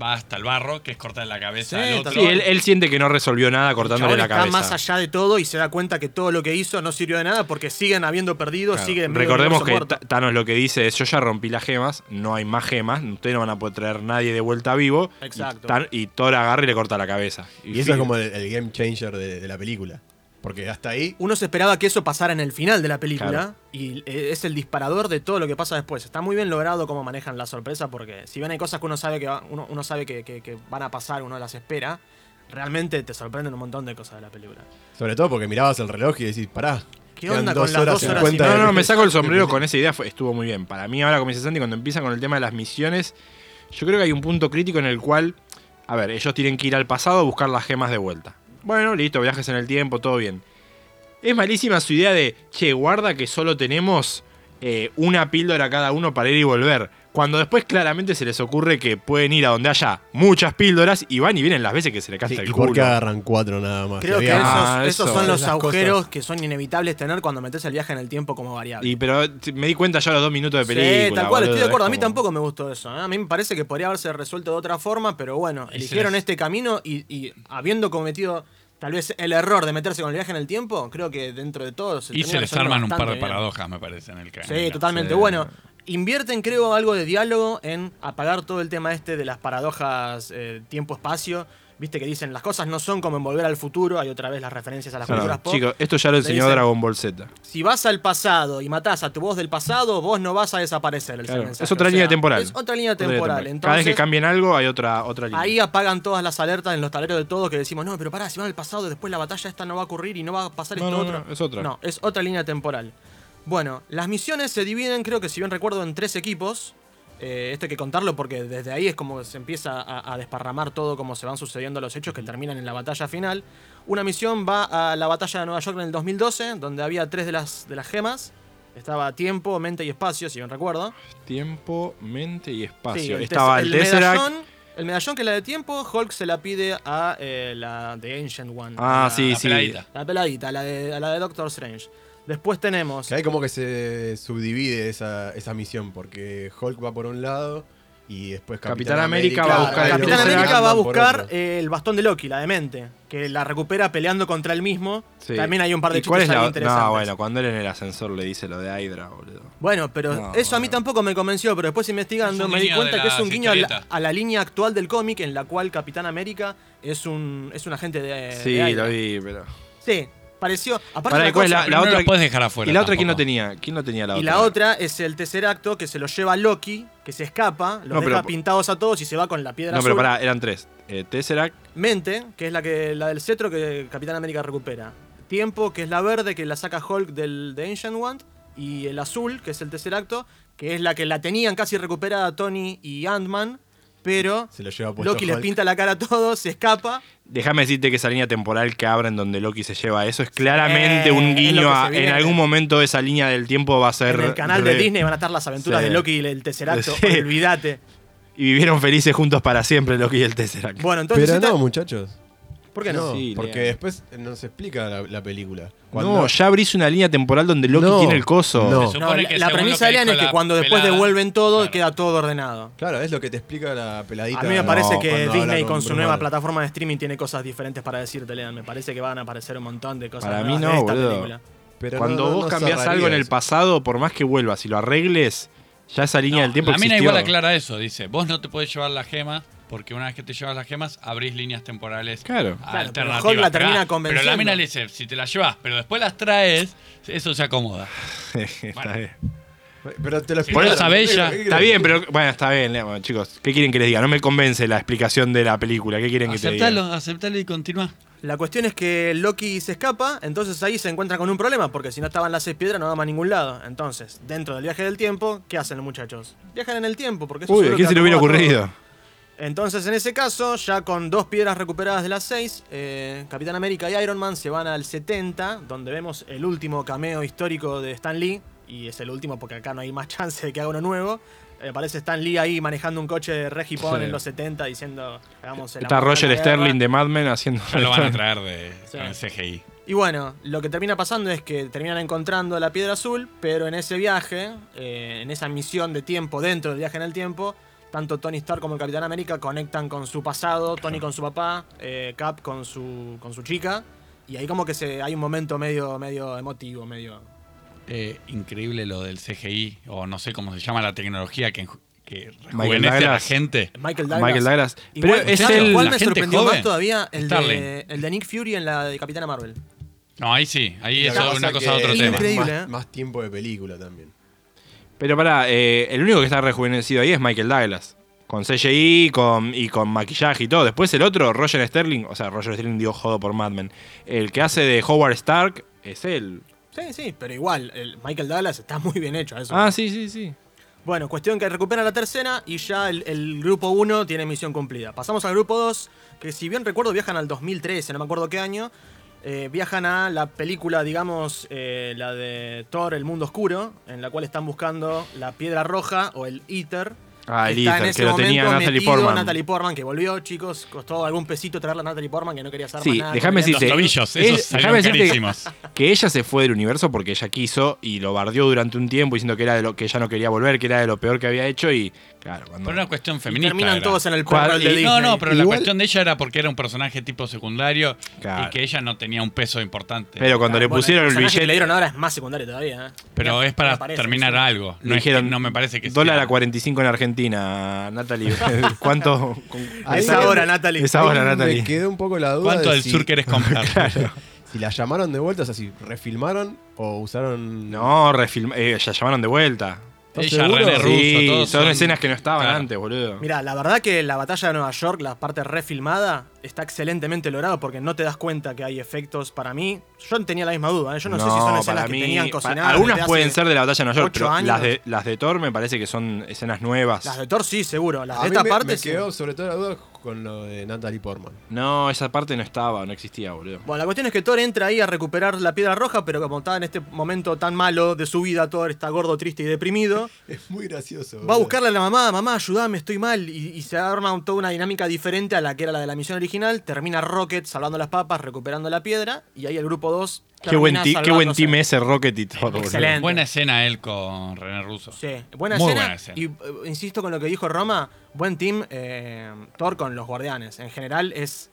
D: va hasta el barro, que es cortar la cabeza
A: Sí,
D: al otro.
A: tal
E: Sí, él, él siente que no resolvió nada cortándole
A: Chabón
E: la
A: está
E: cabeza.
A: más allá de todo y se da cuenta que todo lo que hizo no sirvió de nada porque siguen habiendo perdido,
E: Claro.
A: siguen medio
E: Recordemos que
A: universo muerto.
E: Ta- Thanos lo que dice es: Yo ya rompí las gemas, no hay más gemas, ustedes no van a poder traer nadie de vuelta vivo. Y
A: Exacto.
E: Tan- Y, Thor agarra y le corta la cabeza.
F: Y eso es como el, el game changer de, de la película. Porque hasta ahí.
A: Uno se esperaba que eso pasara en el final de la película
E: Claro.
A: y eh, es el disparador de todo lo que pasa después. Está muy bien logrado cómo manejan la sorpresa porque si bien hay cosas que uno sabe que, va- uno, uno sabe que, que- que van a pasar, uno las espera, realmente te sorprenden un montón de cosas de la película.
F: Sobre todo porque mirabas el reloj y decís, pará.
A: ¿Qué
F: quedan
A: onda con las dos horas y
F: cincuenta
E: No,
A: media?
F: de-
E: no, me saco el sombrero con esa idea, fue- estuvo muy bien. Para mí, ahora, como dice Santi, cuando empieza con el tema de las misiones, yo creo que hay un punto crítico en el cual, a ver, ellos tienen que ir al pasado a buscar las gemas de vuelta. Bueno, listo, viajes en el tiempo, todo bien. Es malísima su idea de, che, guarda que solo tenemos eh, una píldora cada uno para ir y volver. Cuando después claramente se les ocurre que pueden ir a donde haya muchas píldoras y van y vienen las veces que se le
F: Sí,
E: canta el
F: ¿Y
E: culo.
F: por qué agarran cuatro nada más?
A: Creo
F: Si
A: que
F: había-
A: esos,
E: Ah,
A: esos
E: eso.
A: son los
F: Esas
A: agujeros
F: cosas.
A: que son inevitables tener cuando metes el viaje en el tiempo como variable.
E: Y pero t- me di cuenta ya a los dos minutos de película.
A: sí, tal cual, estoy de
E: boludo,
A: acuerdo.
E: es
A: A mí
E: como-
A: tampoco me gustó eso. ¿eh? A mí me parece que podría haberse resuelto de otra forma, pero bueno,
D: se
A: eligieron
D: les-
A: este camino y, y habiendo cometido tal vez el error de meterse con el viaje en el tiempo, creo que dentro de todo
D: y
A: termina
D: se les
A: resolviendo
D: arman un par de
A: bastante bien.
D: paradojas, me parece, en el caso.
A: Sí, totalmente. Bueno, invierten, creo, algo de diálogo en apagar todo el tema este de las paradojas eh, tiempo-espacio. Viste que dicen las cosas no son como en volver al futuro. Hay otra vez las referencias a las
E: Claro,
A: culturas pop.
E: chicos, esto ya lo enseñó
A: dicen-
E: Dragon Ball Z.
A: Si vas al pasado y matás a tu voz del pasado, vos no vas a desaparecer. El
E: Claro,
A: mensaje.
E: Es otra
A: O sea,
E: línea temporal.
A: Es otra línea
E: Otra
A: temporal.
E: Cada vez que
A: Entonces,
E: cambien algo hay otra, otra línea.
A: ahí apagan todas las alertas en los taleros de todos que decimos, no, pero pará, si van al pasado, después la batalla esta no va a ocurrir y no va a pasar
E: No,
A: esto
E: no,
A: otro.
E: no, es otra.
A: No, es otra línea temporal. Bueno, las misiones se dividen, creo que si bien recuerdo, en tres equipos. Eh, esto hay que contarlo porque desde ahí es como se empieza a, a desparramar todo, como se van sucediendo los hechos que terminan en la batalla final. Una misión va a la batalla de Nueva York en el 2012, donde había tres de las, de las gemas. Estaba tiempo, mente y espacio, si bien recuerdo.
E: Tiempo, mente y espacio.
A: Sí, tes-
E: Estaba el, Tesseract.
A: Medallón, el medallón que es la de tiempo, Hulk se la pide a eh, la de Ancient One.
E: Ah,
A: a-
E: sí,
D: la
E: sí.
D: peladita.
A: La peladita, a la de, a la de Doctor Strange. Después tenemos.
F: Que hay como que se subdivide esa, esa misión, porque Hulk va por un lado y después Capitán,
E: Capitán América va a
A: Claro,
E: buscar el
A: Capitán
E: Tesseract.
A: América va a
F: Ant-Man por
A: buscar
F: otro.
A: eh, el bastón de Loki, la de mente, que la recupera peleando contra él mismo.
E: Sí.
A: También hay un par de
E: ¿Y cuál
A: chistes
E: es la-
A: ahí interesantes.
E: No, bueno, cuando él en el ascensor le dice lo de Hydra, boludo.
A: Bueno, pero
E: No,
A: eso a mí
E: bueno.
A: tampoco me convenció, pero después investigando
D: Es un
A: me di
D: guiño de
A: cuenta que es
D: las
A: un guiño a la,
D: historietas.
A: a la línea actual del cómic en la cual Capitán América es un es un agente de
E: sí,
A: Eh, de Hydra.
E: lo vi, pero.
A: Sí, pareció. Aparte
E: Pará,
A: una
E: ¿y cuál es
A: cosa-
E: la-
D: La otra
E: otra-
D: la puedes dejar afuera.
E: ¿Y la otra
D: tampoco.
E: quién lo tenía? ¿Quién lo tenía la
A: y
E: otra?
A: la otra es el tercer acto que se lo lleva Loki, que se escapa, los
E: No,
A: deja
E: pero-
A: pintados a todos y se va con la piedra
E: No, pero
A: azul.
E: pará, eran tres. Eh, Tesseract,
A: Mente, que es la que la del cetro que Capitán América recupera. Tiempo, que es la verde que la saca Hulk del de Ancient One. y el azul, que es el tercer acto, que es la que la tenían casi recuperada Tony y Ant-Man, pero
F: eh, Se lo lleva puesto
A: Loki les
F: Hulk.
A: pinta la cara a todos, se escapa.
E: Déjame decirte que esa línea temporal que abren donde Loki se lleva eso es claramente un
A: Eh, es lo
E: guiño
A: que se
E: a. En
A: viene.
E: algún momento esa línea del tiempo va a ser.
A: En el canal de
E: re-
A: Disney van a estar las aventuras
E: Sí.
A: de Loki y el tercer acto,
E: Sí.
A: olvídate.
E: Y vivieron felices juntos para siempre Loki y el Tesseract.
A: Bueno, entonces...
F: Pero
A: esta-
F: no, muchachos.
A: ¿Por qué no?
F: No,
E: Sí,
F: porque
E: lean.
F: después no se explica la, la película.
E: no, ya abrís una línea temporal donde Loki
F: No,
E: tiene el coso.
F: no.
D: Se
A: No,
D: supone
A: la,
D: que
A: la
D: según lo
A: premisa
D: que
A: de Alien
D: dijo
A: es que
D: la
A: cuando después
D: pelada-
A: devuelven todo,
D: Claro.
A: queda todo ordenado.
F: Claro, es lo que te explica la peladita.
A: A mí me parece
E: No,
A: que
F: cuando habla
A: Disney
F: con
A: con, su
F: Bruce
A: nueva
F: Banner.
A: plataforma de streaming tiene cosas diferentes para decirte, Lean. Me parece que van a aparecer un montón de cosas
E: Para
A: nuevas
E: mí
A: de
E: no,
A: esta
E: boludo.
A: película.
F: Pero
E: Cuando
F: no- no-
E: vos
F: no
E: cambiás
F: cerraría
E: algo en el
F: eso.
E: pasado, por más que vuelvas, si lo arregles, ya esa línea del tiempo
D: la mina
E: existió.
D: igual aclara eso, dice, vos no te podés llevar las gemas porque una vez que te llevas las gemas abrís líneas temporales
E: Claro.
A: Claro, pero
D: alternativas.
A: Hulk la termina
D: Pero, ah, Pero
A: convenciendo.
D: la mina le dice, si te las llevas, pero después las traes, eso se acomoda.
E: está bien.
F: Pero te lo
D: Si fuera
F: explicaron.
D: Sabella,
F: ¿Qué- qué-
E: Está bien, pero bueno, está bien, bueno, chicos. ¿Qué quieren que les diga? No me convence la explicación de la película. ¿Qué quieren que te diga?
D: Aceptalo, aceptalo y continúa.
A: La cuestión es que Loki se escapa, entonces ahí se encuentra con un problema, porque si no estaban las seis piedras no daban a ningún lado. Entonces, dentro del viaje del tiempo, ¿qué hacen los muchachos? Viajan en el tiempo, porque eso
E: Uy,
A: es
E: ¿a
A: lo
E: quién
A: que
E: se le hubiera
A: acomoda
E: ocurrido?
A: todo. Entonces, en ese caso, ya con dos piedras recuperadas de las seis, eh, Capitán América y Iron Man se van al 70, donde vemos el último cameo histórico de Stan Lee, y es el último porque acá no hay más chance de que haga uno nuevo. Eh, Aparece Stan Lee ahí manejando un coche de Regipon
E: Sí.
A: en los 70 diciendo, hagamos el
E: Está
A: amor a la
E: Roger
A: guerra.
E: Sterling de Mad Men haciendo.
D: Ya lo van a traer de,
A: Sí.
D: con el CGI.
A: Y bueno, lo que termina pasando es que terminan encontrando la piedra azul, pero en ese viaje, eh, en esa misión de tiempo, dentro del viaje en el tiempo, tanto Tony Stark como el Capitán América conectan con su pasado, Tony con su papá, eh, Cap con su, con su chica, y ahí como que se, hay un momento medio, medio emotivo, medio...
D: Eh, increíble lo del CGI, o no sé cómo se llama la tecnología que, enju- que rejuvenece a la
E: Douglas.
D: gente.
A: Michael Douglas.
E: Michael Douglas.
A: Igual-
E: Pero es
A: claro,
E: el.
A: igual
D: la
A: me
D: gente
A: sorprendió
D: joven.
A: más todavía el de,
D: Starling.
A: el de Nick Fury en la de Capitana Marvel.
D: No, ahí sí, ahí
F: Lo
D: es
F: que pasa
D: una cosa de
F: que
D: otro
F: es
D: tema.
F: más-
A: Increíble,
F: Más,
A: ¿eh?
F: más tiempo de película también.
E: Pero pará, eh, el único que está rejuvenecido ahí es Michael Douglas. Con CGI con, y con maquillaje y todo. Después el otro, Roger Sterling. O sea, Roger Sterling dio jodo por Mad Men. El que hace de Howard Stark es él.
A: Sí, sí, pero igual, el Michael Douglas está muy bien hecho. Eso
E: Ah, sí, sí, sí.
A: Bueno, cuestión que recupera la tercera y ya el, el grupo 1 tiene misión cumplida. Pasamos al grupo 2, que si bien recuerdo viajan al 2013, no me acuerdo qué año. eh, viajan a la película, digamos, eh, la de Thor, El Mundo Oscuro, en la cual están buscando la Piedra Roja o el Ether.
E: Ah, el
A: Está en
E: Ether,
A: ese
E: que lo tenía
A: momento
E: Natalie
A: metido
E: Portman.
A: Natalie Portman, que volvió, chicos. Costó algún pesito traerla a Natalie Portman, que no quería hacer
E: Sí,
A: más nada.
E: déjame
A: Quería-
D: Los
E: decirte-
D: tobillos,
E: Es-
D: esos
E: déjame
D: salieron
E: decirte-
D: carísimos.
E: Que ella se fue del universo porque ella quiso y lo bardeó durante un tiempo diciendo que era de lo que ella no quería volver, que era de lo peor que había hecho y claro, cuando
D: Pero una cuestión
A: Y
D: feminista.
A: terminan
D: era.
A: todos en el cuadro
E: Cuadro-
A: de
E: y-
A: Disney.
D: No, no, pero la
F: Igual-
D: cuestión de ella era porque era un personaje tipo secundario
E: Claro.
D: y que ella no tenía un peso importante.
E: Pero cuando le
A: Ah, Bueno,
E: pusieron el
A: personaje que
E: billete
A: Le dieron ahora es más secundario todavía. ¿eh?
D: Pero
A: Me-
D: es para
A: me parece,
D: terminar
A: sí.
D: algo.
E: le
D: No, es que-
E: dijeron
D: no me parece que
E: dólar
D: sea-
E: a 45 en Argentina, Natalie. ¿Cuánto?
F: Ahí
A: Es ahora, Natalie.
E: Es ahora,
F: Ahí
E: Natalie.
F: Me quedó un poco la duda.
D: ¿Cuánto
F: de
D: del
F: si,
D: sur querés comprar?
F: Si la llamaron de vuelta, o sea, si refilmaron o usaron.
E: No, refilma- eh, ya llamaron de vuelta.
F: ¿Estás
D: Ella,
F: seguro?
D: René Russo,
E: sí,
D: todos
E: son,
D: son-
E: escenas que no estaban
D: Claro.
E: antes, boludo.
A: Mira, la verdad que la batalla de Nueva York, la parte refilmada, está excelentemente logrado porque no te das cuenta que hay efectos para mí. Yo tenía la misma duda, ¿eh? yo no, sé si son
E: para
A: escenas que
E: mí-
A: tenían
E: para-
A: cocinadas. desde
E: Algunas
A: hace-
E: pueden ser de la batalla de Nueva York,
A: ocho
E: pero
A: años.
E: las de, las de Thor me parece que son escenas nuevas.
A: Las de Thor sí, seguro. Las
F: A
A: de
F: mí
A: esta
F: me,
A: parte
F: me
A: sí.
F: quedó sobre todo la duda con lo de Natalie Portman.
E: No, esa parte no estaba, no existía, boludo.
A: Bueno, la cuestión es que Thor entra ahí a recuperar la piedra roja, pero como está en este momento tan malo de su vida, Thor está gordo, triste y deprimido.
F: Es muy gracioso.
A: Va a
F: boludo.
A: buscarle a la mamá, mamá, ayúdame, estoy mal. Y, y se arma un- toda una dinámica diferente a la que era la de la misión original. Termina Rocket salvando las papas, recuperando la piedra. Y ahí el grupo 2.
E: Qué buen, ti- qué buen team ese Rocket y Thor, boludo.
A: Excelente.
D: Buena escena él con René Russo.
A: Sí, buena
D: Muy
A: escena.
D: buena escena.
A: Y eh, insisto con lo que dijo Roma: buen team eh, Thor con los guardianes. En general es.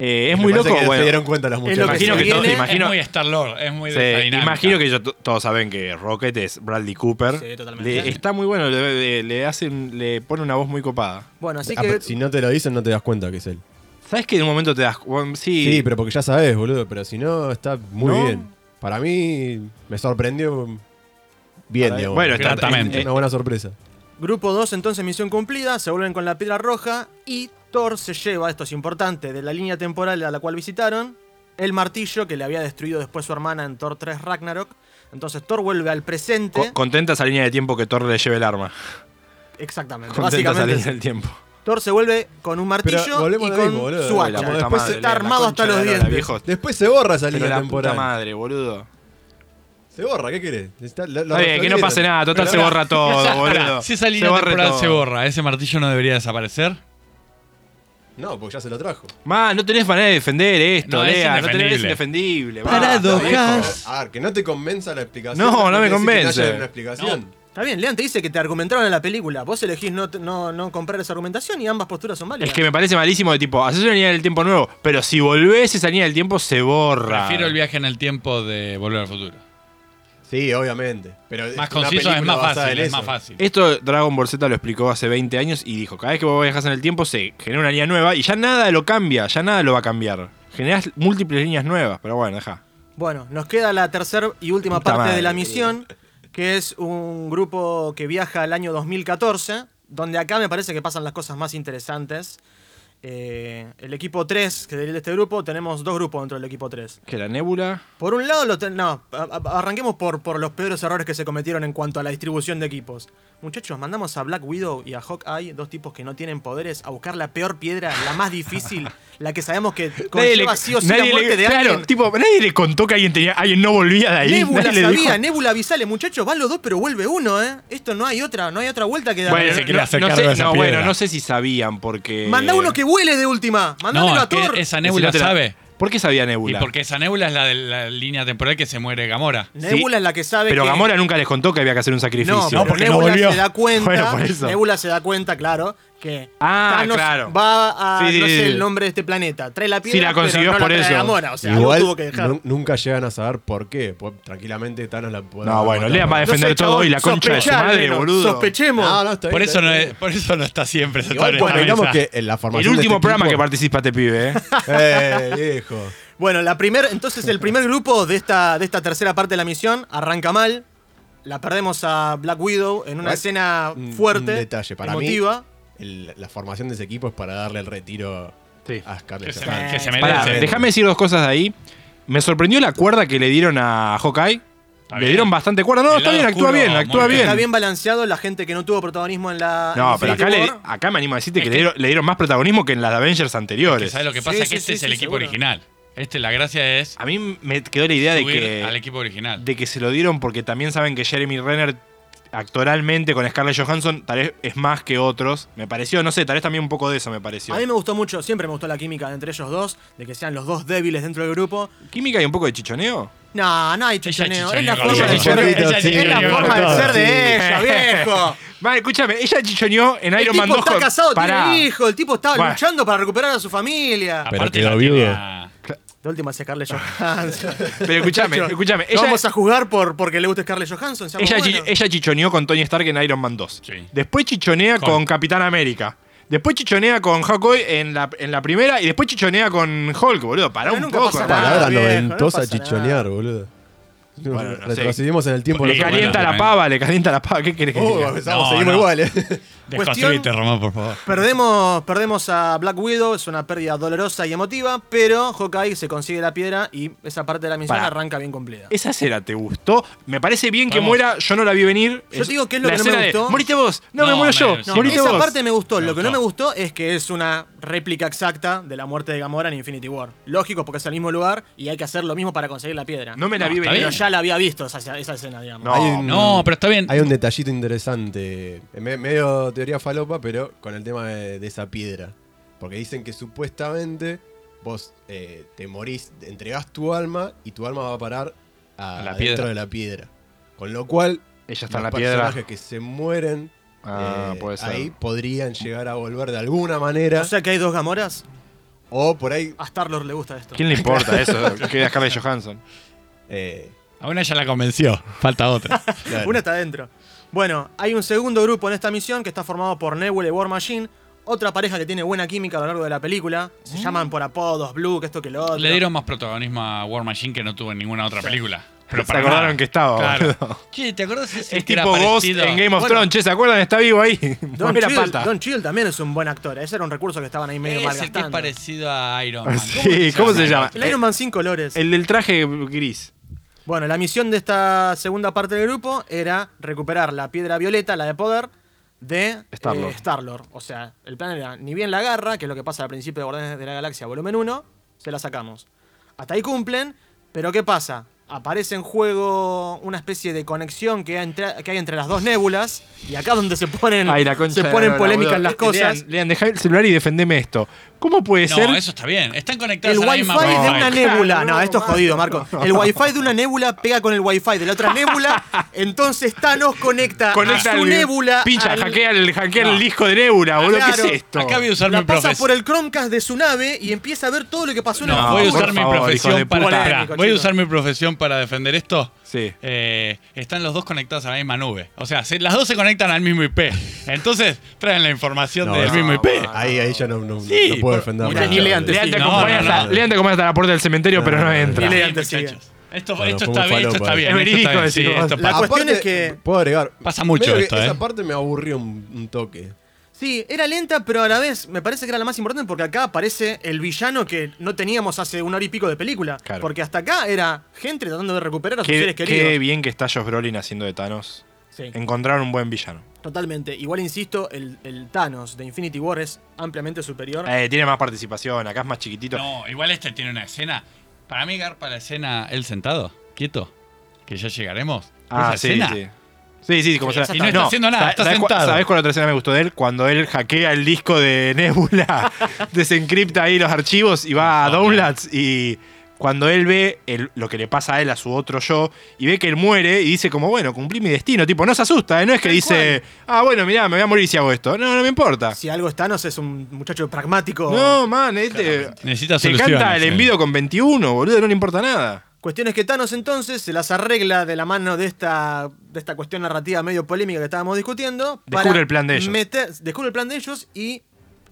E: Eh, es
F: Me
E: muy
F: parece
E: loco,
F: que
E: bueno.
F: Se dieron cuenta las
A: Es lo
F: muchachas.
A: que
E: imagino
A: se
E: que todos-
A: viene.
E: imagino-
D: Es muy Star-Lord, es muy
E: Sí,
D: de esa dinámica.
E: imagino que yo- to- todos saben que Rocket es Bradley Cooper.
A: Sí, totalmente.
E: Le- está muy bueno, le, le- le hace un- le pone una voz muy copada.
A: Bueno, así
F: Ah,
A: que.
F: pero Si no te lo dicen, no te das cuenta que es él.
E: ¿Sabes que en un momento te das bueno, sí,
F: Sí, pero porque ya sabes, boludo. Pero si no, está muy
E: No.
F: bien. Para mí, me sorprendió bien,
E: Para-
F: digamos.
E: bueno, está-
D: Gratamente.
E: eh,
F: Una buena sorpresa.
A: Grupo 2, entonces misión cumplida, se vuelven con la piedra roja y Thor se lleva, esto es importante, de la línea temporal a la cual visitaron, el martillo que le había destruido después su hermana en Thor 3 Ragnarok. Entonces Thor vuelve al presente.
E: Co- contenta esa línea de tiempo que Thor le lleve el arma.
A: Exactamente.
E: Contenta esa línea
A: Básicamente, Ah,
E: del tiempo.
A: Thor se vuelve con un
F: Pero
A: martillo y
F: volvemos
A: con
F: al mismo, boludo.
A: su
F: La
A: hacha.
F: puta
A: Después
F: madre,
A: está
E: la
A: armado
E: concha
A: hasta los
E: de la lora,
A: dientes.
E: viejo.
F: Después se borra esa
E: Pero
F: línea
E: la puta
F: temporal.
E: madre, boludo.
F: Se borra, ¿qué querés? Está- lo- lo
E: Está bien, que no
F: resolvieron.
E: pase nada, total
F: Pero
E: se
F: ahora-
E: borra todo, boludo.
D: Si esa línea
E: borre
D: temporal
E: todo.
D: se borra, ese martillo no debería desaparecer.
F: No, porque ya se lo trajo.
E: Ma, no tenés manera de defender esto,
D: No, es
E: Lea. No tenés,
D: indefendible.
E: es indefendible. basta,
D: Paradojas.
F: A ver, que no te convenza la explicación.
E: No, no me
F: quiere decir que
E: convence.
F: haya una explicación.
A: Está bien, Lean te dice que te argumentaron en la película. Vos elegís no, no, no comprar esa argumentación y ambas posturas son válidas.
E: Es que me parece malísimo de tipo, haces una línea del tiempo nuevo, pero si volvés esa línea del tiempo se borra.
D: Prefiero el viaje en el tiempo de volver al futuro.
F: Sí, obviamente. Pero
D: Más
F: una
D: conciso es
F: película
D: más
F: basada
D: fácil,
F: en
D: es más
F: eso.
D: fácil.
E: Esto Dragon Ball Z lo explicó hace 20 años y dijo, cada vez que vos viajas en el tiempo se genera una línea nueva y ya nada lo cambia, ya nada lo va a cambiar. Generás múltiples líneas nuevas, pero bueno, deja.
A: Bueno, nos queda la tercera y última
E: Puta
A: parte
E: madre,
A: de la
E: boludo.
A: misión, que es un grupo que viaja al año 2014, donde acá me parece que pasan las cosas más interesantes. Eh, el equipo 3, que de este grupo, tenemos dos grupos dentro del equipo 3.
E: Que la nébula...
A: Por un lado, lo ten- no, a- a- arranquemos por, por los peores errores que se cometieron en cuanto a la distribución de equipos. Muchachos, mandamos a Black Widow y a Hawkeye, dos tipos que no tienen poderes, a buscar la peor piedra, la más difícil, la que sabemos que conlleva sí o sí la
E: nadie le-
A: muerte de
E: claro,
A: alguien.
E: tipo, nadie le contó que alguien, tenía, alguien no volvía de ahí.
A: Nebula
E: nadie le dijo.
A: sabía, Nebula avisale, muchachos, van los dos, pero vuelve uno, ¿eh? Esto no hay otra, no hay otra vuelta que dar.
E: Bueno,
D: se
E: no-
D: quiere
E: no,
D: hacer
E: no
D: cargo
E: sé,
D: de esa
E: no,
D: piedra.
E: bueno, no sé si sabían porque...
A: Mandá uno que huele de última, mandámelo
D: No,
A: a
D: es que
A: Thor.
D: esa nébula
E: Decíratela.
D: sabe.
E: ¿Por qué sabía
D: Y
E: Nebula?
D: porque esa nebula es la de la línea temporal que se muere Gamora.
A: Nebula
E: Sí,
A: es la que sabe
E: Pero
A: que...
E: Gamora nunca les contó que había que hacer un sacrificio.
A: No, pero
D: porque no
A: Nebula
D: volvió.
A: se da cuenta.
E: Bueno, por eso.
A: Nebula se da cuenta, claro, que
E: Ah,
A: Thanos
E: claro.
A: va a
E: Sí, sí,
A: no
E: sí,
A: sé
E: sí.
A: el nombre de este planeta. Trae la piedra,
E: Sí, la consiguió
A: pero no
E: por
A: la trae
E: eso.
A: Gamora, o sea, algo
F: Igual
A: tuvo que dejar.
F: nu- nunca llegan a saber por qué. Pues, tranquilamente Thanos la puede.
E: No, bueno, Lea va a
A: No sé,
E: defender todo
A: chabón,
E: y la concha de su
A: sospechá,
E: madre,
A: neno,
E: boludo.
A: Sospechemos.
F: No, no, está bien,
D: Por
F: está
D: eso, no
F: bien.
D: es- por eso no está siempre. esa
F: Igual
D: torre en la
F: convengamos
D: mesa.
F: que en la
E: El
F: formación. de
E: último
F: este
E: programa que
F: equipo-
E: participaste, pibe, ¿eh?
F: Eh, viejo.
A: Bueno, la primer, entonces el primer grupo de esta, de esta tercera parte de la misión arranca mal. La perdemos a Black Widow en una
F: Igual,
A: escena
F: un-
A: fuerte,
F: un detalle, para mí-
A: emotiva.
F: El- la formación de ese equipo es para darle el retiro
E: Sí.
F: a Scarlett
D: Que se,
F: Johansson.
D: me- que se
E: Pará,
D: merece.
E: déjame decir dos cosas de ahí. Me sorprendió la cuerda que le dieron a Hawkeye. Le
D: bien.
E: dieron bastante cuerda. No,
D: El
E: está
D: lado
E: bien, actúa
D: oscuro,
E: bien, actúa
D: muy bien.
E: bien.
A: Está bien balanceado la gente que no tuvo protagonismo en la.
E: No,
A: en
E: pero acá,
A: Infinity
E: le,
A: War.
E: acá me animo a decirte que le dieron, le dieron más protagonismo que en las de Avengers
D: Que
E: anteriores.
D: ¿Sabes lo que
A: Sí,
D: pasa?
A: sí,
D: que este
A: sí,
D: es
A: sí,
D: el equipo
A: seguro.
D: original. Este, la gracia es
E: A mí me quedó la idea de
D: subir
E: que,
D: al equipo original.
E: de que se lo dieron porque también saben que Jeremy Renner actoralmente con Scarlett Johansson tal vez es más que otros. Me pareció, no sé, tal vez también un poco de eso me pareció.
A: A mí me gustó mucho, siempre me gustó la química entre ellos dos, de que sean los dos débiles dentro del grupo.
E: ¿Química y un poco de chichoneo?
A: No, no hay
D: Ella
A: chichoneo. Es
D: chichonea
A: la
D: con
A: forma,
D: todo.
A: de,
F: chichonea
A: ser-
F: chichoneo,
D: Ella
F: sí,
A: es la
D: chichonea con
A: forma de
D: todo.
A: ser de ella, viejo.
E: Vale, escúchame, ella chichoneó en
A: El
E: Iron Man
A: tipo
E: 2
A: está
E: con-
A: casado,
E: Pará.
A: tiene hijo, el tipo estaba
E: Bueno.
A: luchando para recuperar a su familia.
D: Aparte
F: quedó
D: la tiene
F: viudo.
D: a-
A: De última es Scarlett Johansson.
E: Pero escúchame,
A: Muchacho,
E: escúchame.
A: ¿no
E: Ella,
A: vamos a jugar por porque le gusta Scarlett Johansson. Seamos
E: ella, chi-
A: buenos.
E: ella chichoneó con Tony Stark en Iron Man 2.
D: Sí.
E: Después chichonea
D: Hulk.
E: con, Capitán América. Después chichonea con Hawkeye en la, en la primera. Y después chichonea con Hulk, boludo. Pará
A: Pero
E: un
A: nunca
E: poco.
A: pasa
E: hermano.
A: nada.
F: Palabra
A: Ah, viejo, no
F: noventosa
A: pasa nada.
F: chichonear, boludo.
E: Bueno, no sé.
F: Retrocedimos en el tiempo.
E: Le
D: Bueno,
E: calienta
D: bueno,
E: la pava, le calienta la pava. ¿Qué querés que
F: Oh,
E: diga?
F: empezamos,
D: No,
F: seguimos eh.
D: no.
F: iguales.
D: Desconstruite,
A: Cuestión-
D: Román, por favor.
A: Perdemos, perdemos a Black Widow, es una pérdida dolorosa y emotiva, pero Hawkeye se consigue la piedra y esa parte de la misión
E: Pará.
A: arranca bien completa.
E: Esa escena te gustó. Me parece bien que
D: Vamos.
E: muera. Yo no la vi venir.
A: Yo te digo que es lo
E: La
A: que no me
E: escena de,
A: gustó.
E: Moriste vos. No,
D: No,
E: me muero
D: me-
E: yo.
D: sí, no.
E: moriste
A: esa
E: vos.
A: parte me gustó.
D: Me
A: lo que no me
D: gustó.
A: gustó es que es una réplica exacta de la muerte de Gamora en Infinity War. Lógico, porque es el mismo lugar y hay que hacer lo mismo para conseguir la piedra.
E: No me la
D: No,
E: vi
D: está
E: venir.
A: pero ya la había visto esa, esa escena, digamos.
E: No.
F: Hay un-
D: No, pero está bien.
F: Hay un detallito interesante, eh, me- medio teoría falopa, pero con el tema de, de esa piedra. Porque dicen que supuestamente vos eh, te morís, te entregás tu alma y tu alma va a parar a,
D: A la
F: adentro
D: piedra.
F: de la piedra. Con lo cual,
E: Ella está en la
F: los
E: piedra.
F: personajes que se mueren
E: Ah,
F: eh,
E: puede ser.
F: ahí podrían llegar a volver de alguna manera.
A: O sea que hay dos Gamoras.
F: o por ahí.
A: A Star-Lord le gusta esto.
E: ¿Quién le importa eso? Que Scarlett Johansson.
F: eh,
D: A una ya la convenció. Falta otra.
F: claro.
A: Una está adentro. Bueno, hay un segundo grupo en esta misión que está formado por Nebula y War Machine. Otra pareja que tiene buena química a lo largo de la película. Se llaman por apodos, Blue, que esto que lo otro.
D: Mm. Le dieron más protagonismo a War Machine que no tuvo en ninguna otra película. Pero
E: Se
D: para
E: acordaron
D: nada.
E: que estaba,
D: Claro.
E: boludo.
D: Che, ¿te acordás ese
E: Es
D: que era
E: Este tipo Ghost en
D: parecido?
E: Game of
A: Bueno.
E: Thrones, che, ¿se acuerdan? Está vivo ahí.
A: Don
E: Mueve la
A: Cheadle-
E: pata.
A: Don Cheadle también es un buen actor. ¿eh? Ese era un recurso que estaban ahí medio
D: Es el que es
A: malgastando.
D: parecido a Iron Man.
E: Ah, Sí, ¿cómo se llama?
A: El Iron Man sin colores.
E: El del traje gris.
A: Bueno, la misión de esta segunda parte del grupo era recuperar la piedra violeta, la de poder, de
E: Star-Lord.
A: eh, Star-Lord. o sea, el plan era, ni bien la agarra, que es lo que pasa al principio de Guardianes de la Galaxia volumen 1, se la sacamos. Hasta ahí cumplen, pero ¿qué pasa? Aparece en juego una especie de conexión que hay entre, que hay entre las dos nébulas, y acá es donde se ponen,
E: Ay, la concha
A: se
E: de
A: ponen
E: la
A: polémicas
E: bola,
A: las
E: boludo.
A: cosas.
E: Lean, Lean, dejá el celular y defendeme esto. ¿Cómo puede
D: No,
E: ser?
D: eso está bien. Están conectados
A: El
D: a la
A: wifi
D: misma
A: de
D: red.
A: una nébula. No, esto es
E: Marco.
A: jodido, Marco. El wifi de una nébula pega con el wifi de la otra nébula. Entonces Thanos conecta,
E: Conecta
A: a su
E: al-
A: nébula.
E: Pincha,
A: al-
E: hackea el, hackea
D: No.
E: el disco de Nebula, boludo.
A: Claro.
E: ¿Qué es esto?
D: Acá voy a usar mi
A: la pasa
D: profesión.
A: por el Chromecast de su nave y empieza a ver todo lo que pasó en
D: No,
A: el
D: voy a
E: por
D: usar mi
E: favor, hijo de
D: profesión para.
A: puta.
D: Pará, voy a
A: Chicos.
D: usar mi profesión para defender esto.
E: Sí.
D: Eh, están los dos conectados a la misma nube. O sea, se- las dos se conectan al mismo IP. Entonces, traen la información
F: No,
D: del
F: no,
D: mismo IP.
F: Ahí, ahí ya no, no,
D: Sí,
F: no puedo
D: por-
F: defender
A: Ah, Mirá,
F: nada.
A: ni Lean te
E: Lean te
A: No,
E: acompaña
D: no, no.
E: hasta- Lean te acompaña hasta la puerta del cementerio, pero no entra.
A: Ni
D: Bien,
A: Lean te
D: muchachos.
A: sigue.
D: Esto,
F: Bueno,
D: esto
F: fue
D: está
F: un
D: bien, esto
F: falopa,
D: está
F: eh.
D: bien.
E: Es
D: esto está
E: verídico,
D: bien, sí,
E: decís vos.
D: esto
A: La
D: pasa.
A: cuestión es que-
F: Puedo agregar.
D: Pasa mucho
F: Medio que
D: esto,
F: Esa
D: eh.
F: parte me aburrió un, un toque.
A: Sí, era lenta, pero a la vez me parece que era la más importante porque acá aparece el villano que no teníamos hace una hora y pico de película.
E: Claro.
A: Porque hasta acá era gente tratando de recuperar a sus
E: Qué,
A: seres
E: qué
A: queridos.
E: bien que está Josh Brolin haciendo de Thanos.
A: Sí.
E: Encontraron un buen villano.
A: Totalmente. Igual insisto, el, el Thanos de Infinity War es ampliamente superior.
E: Eh, tiene más participación, acá es más chiquitito.
D: No, igual este tiene una escena. Para mí, Garpa, la escena él sentado, quieto, que ya llegaremos.
E: Ah,
D: Esa
E: sí,
D: escena.
E: sí. Sí, sí, como
A: Sí, esa
E: sea.
A: está- Y no
D: está haciendo nada,
E: ¿sabes-
D: está
E: ¿sabes, cua-
D: sentado.
E: ¿Sabes cuál otra escena me gustó de él? Cuando él hackea el disco de Nebula, desencripta ahí los archivos y va a
D: No,
E: Downloads y cuando él ve el- lo que le pasa a él a su otro yo y ve que él muere y dice como, bueno, cumplí mi destino, tipo, no se asusta, ¿eh? no es que
A: Tal
E: dice, ah, bueno, mirá, me voy a morir si hago esto. No, no me importa.
A: Si algo es Thanos, es un muchacho pragmático.
E: No, man, este,
D: Necesita
E: te
D: soluciones,
E: canta el
D: él.
E: envido con 21, boludo, no le importa nada.
A: Cuestión es que Thanos entonces se las arregla de la mano de esta, de esta cuestión narrativa medio polémica que estábamos discutiendo.
E: Descubre el plan de ellos.
A: meter- descubre el plan de ellos y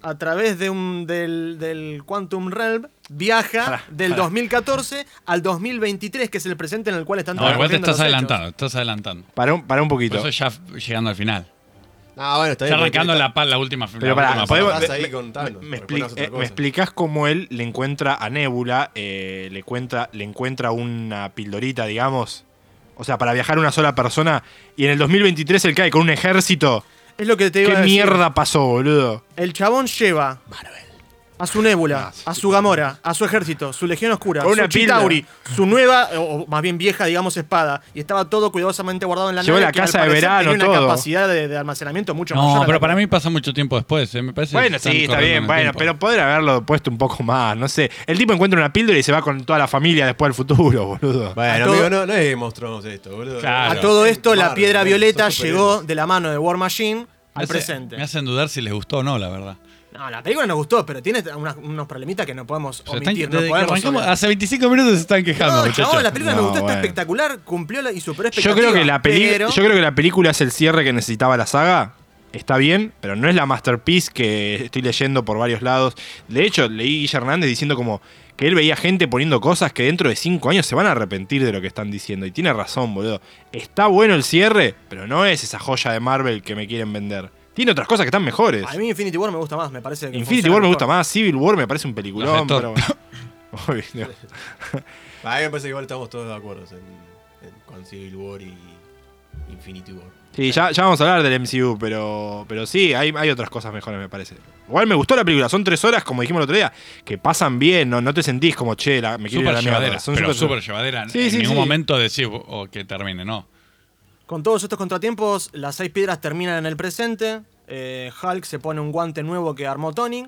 A: a través de un, del, del Quantum Realm viaja
E: Pará,
A: del 2014 al 2023, que es el presente en el cual están
D: No, igual te
A: transcurriendo
D: estás
A: los hechos.
D: adelantado, estás adelantando.
E: Para un, para un
D: Por
E: poquito.
D: eso ya f- llegando al final.
F: Ah, bueno, está
D: Está
F: bien.
D: arrancando la, pa- la última
E: Pero
D: la
E: pará,
D: última
E: podemos-
D: parte.
F: Estás ahí con Thanos,
E: Me,
F: pero después
E: explicas
F: hace otra cosa.
E: cómo él le encuentra a Nebula, eh, le, cuenta, le encuentra una pildorita, digamos. O sea, para viajar una sola persona. Y en el 2023 él cae con un ejército.
A: Es lo que te
E: ¿Qué
A: iba a decir.
E: mierda pasó, boludo?
A: El chabón lleva a su nébula, a su Gamora, a su ejército, su legión oscura,
E: Ah, Con una
A: su Chitauri, su nueva, o o más bien vieja, digamos, espada, y estaba todo cuidadosamente guardado en la
E: Llevó
A: nave,
E: la
A: que al
E: casa de
A: parecer
E: verano,
A: tenía una
E: todo.
A: capacidad de, de almacenamiento mucho mayor. a
D: No,
A: la
D: pero
A: que-
D: para mí pasa mucho tiempo después, eh, me parece. que
E: Bueno,
D: están
E: sí, está
D: corriendo en
E: bien.
D: el
E: Bueno,
D: tiempo.
E: pero podría haberlo puesto un poco más, no sé. El tipo encuentra una píldora y se va con toda la familia después al futuro, boludo.
A: A
F: Bueno,
A: todo-
F: amigo, no, no es que mostramos esto, boludo.
D: Claro.
A: A todo esto, la
F: Marvel,
A: piedra
F: son
A: violeta
F: superhéroes.
A: llegó de la mano de War Machine
D: Me
A: al
D: hace-
A: presente.
D: Me hacen dudar si les gustó o no, la verdad.
A: No, la película nos gustó, pero tiene unas- unos problemitas que no podemos
D: O sea, están-
A: omitir.
D: desde
A: No
D: que
A: podemos
D: arrancamos-
A: olvidar.
D: hace 25 minutos se están quejando,
A: No,
D: muchachos.
A: chabón, la película
E: No,
A: me gustó,
E: bueno.
A: está espectacular, cumplió la- y superó
E: Yo
A: expectativas.
E: creo, que la peli-
A: pero-
E: yo creo que la película es el cierre que necesitaba la saga. Está bien, pero no es la masterpiece que estoy leyendo por varios lados. De hecho, leí Guille Hernández diciendo como que él veía gente poniendo cosas que dentro de cinco años se van a arrepentir de lo que están diciendo. Y tiene razón, boludo. Está bueno el cierre, pero no es esa joya de Marvel que me quieren vender. Tiene otras cosas que están mejores.
A: A mí Infinity War me gusta más, me parece. que
E: Infinity
A: funciona
E: War me
A: mejor.
E: gusta más, Civil War me parece un
D: Los
E: peliculón,
D: de Thor.
E: pero bueno. Obvio, no.
F: A mí me parece que igual estamos todos de acuerdo en- en- con Civil War y Infinity War.
E: Sí, ya, ya vamos a hablar del MCU, pero, pero sí, hay, hay otras cosas mejores, me parece. Igual me gustó la película, son tres horas, como dijimos el otro día, que pasan bien, no, no te sentís como, che, la, me quiero ir a
D: Súper
E: la mierda.
D: llevadera,
E: Son
D: pero
E: súper-
D: súper llevadera.
E: Sí,
D: en
E: sí,
D: ningún
E: sí.
D: momento decir o que termine, no.
A: Con todos estos contratiempos, las seis piedras terminan en el presente. eh, Hulk se pone un guante nuevo que armó Tony.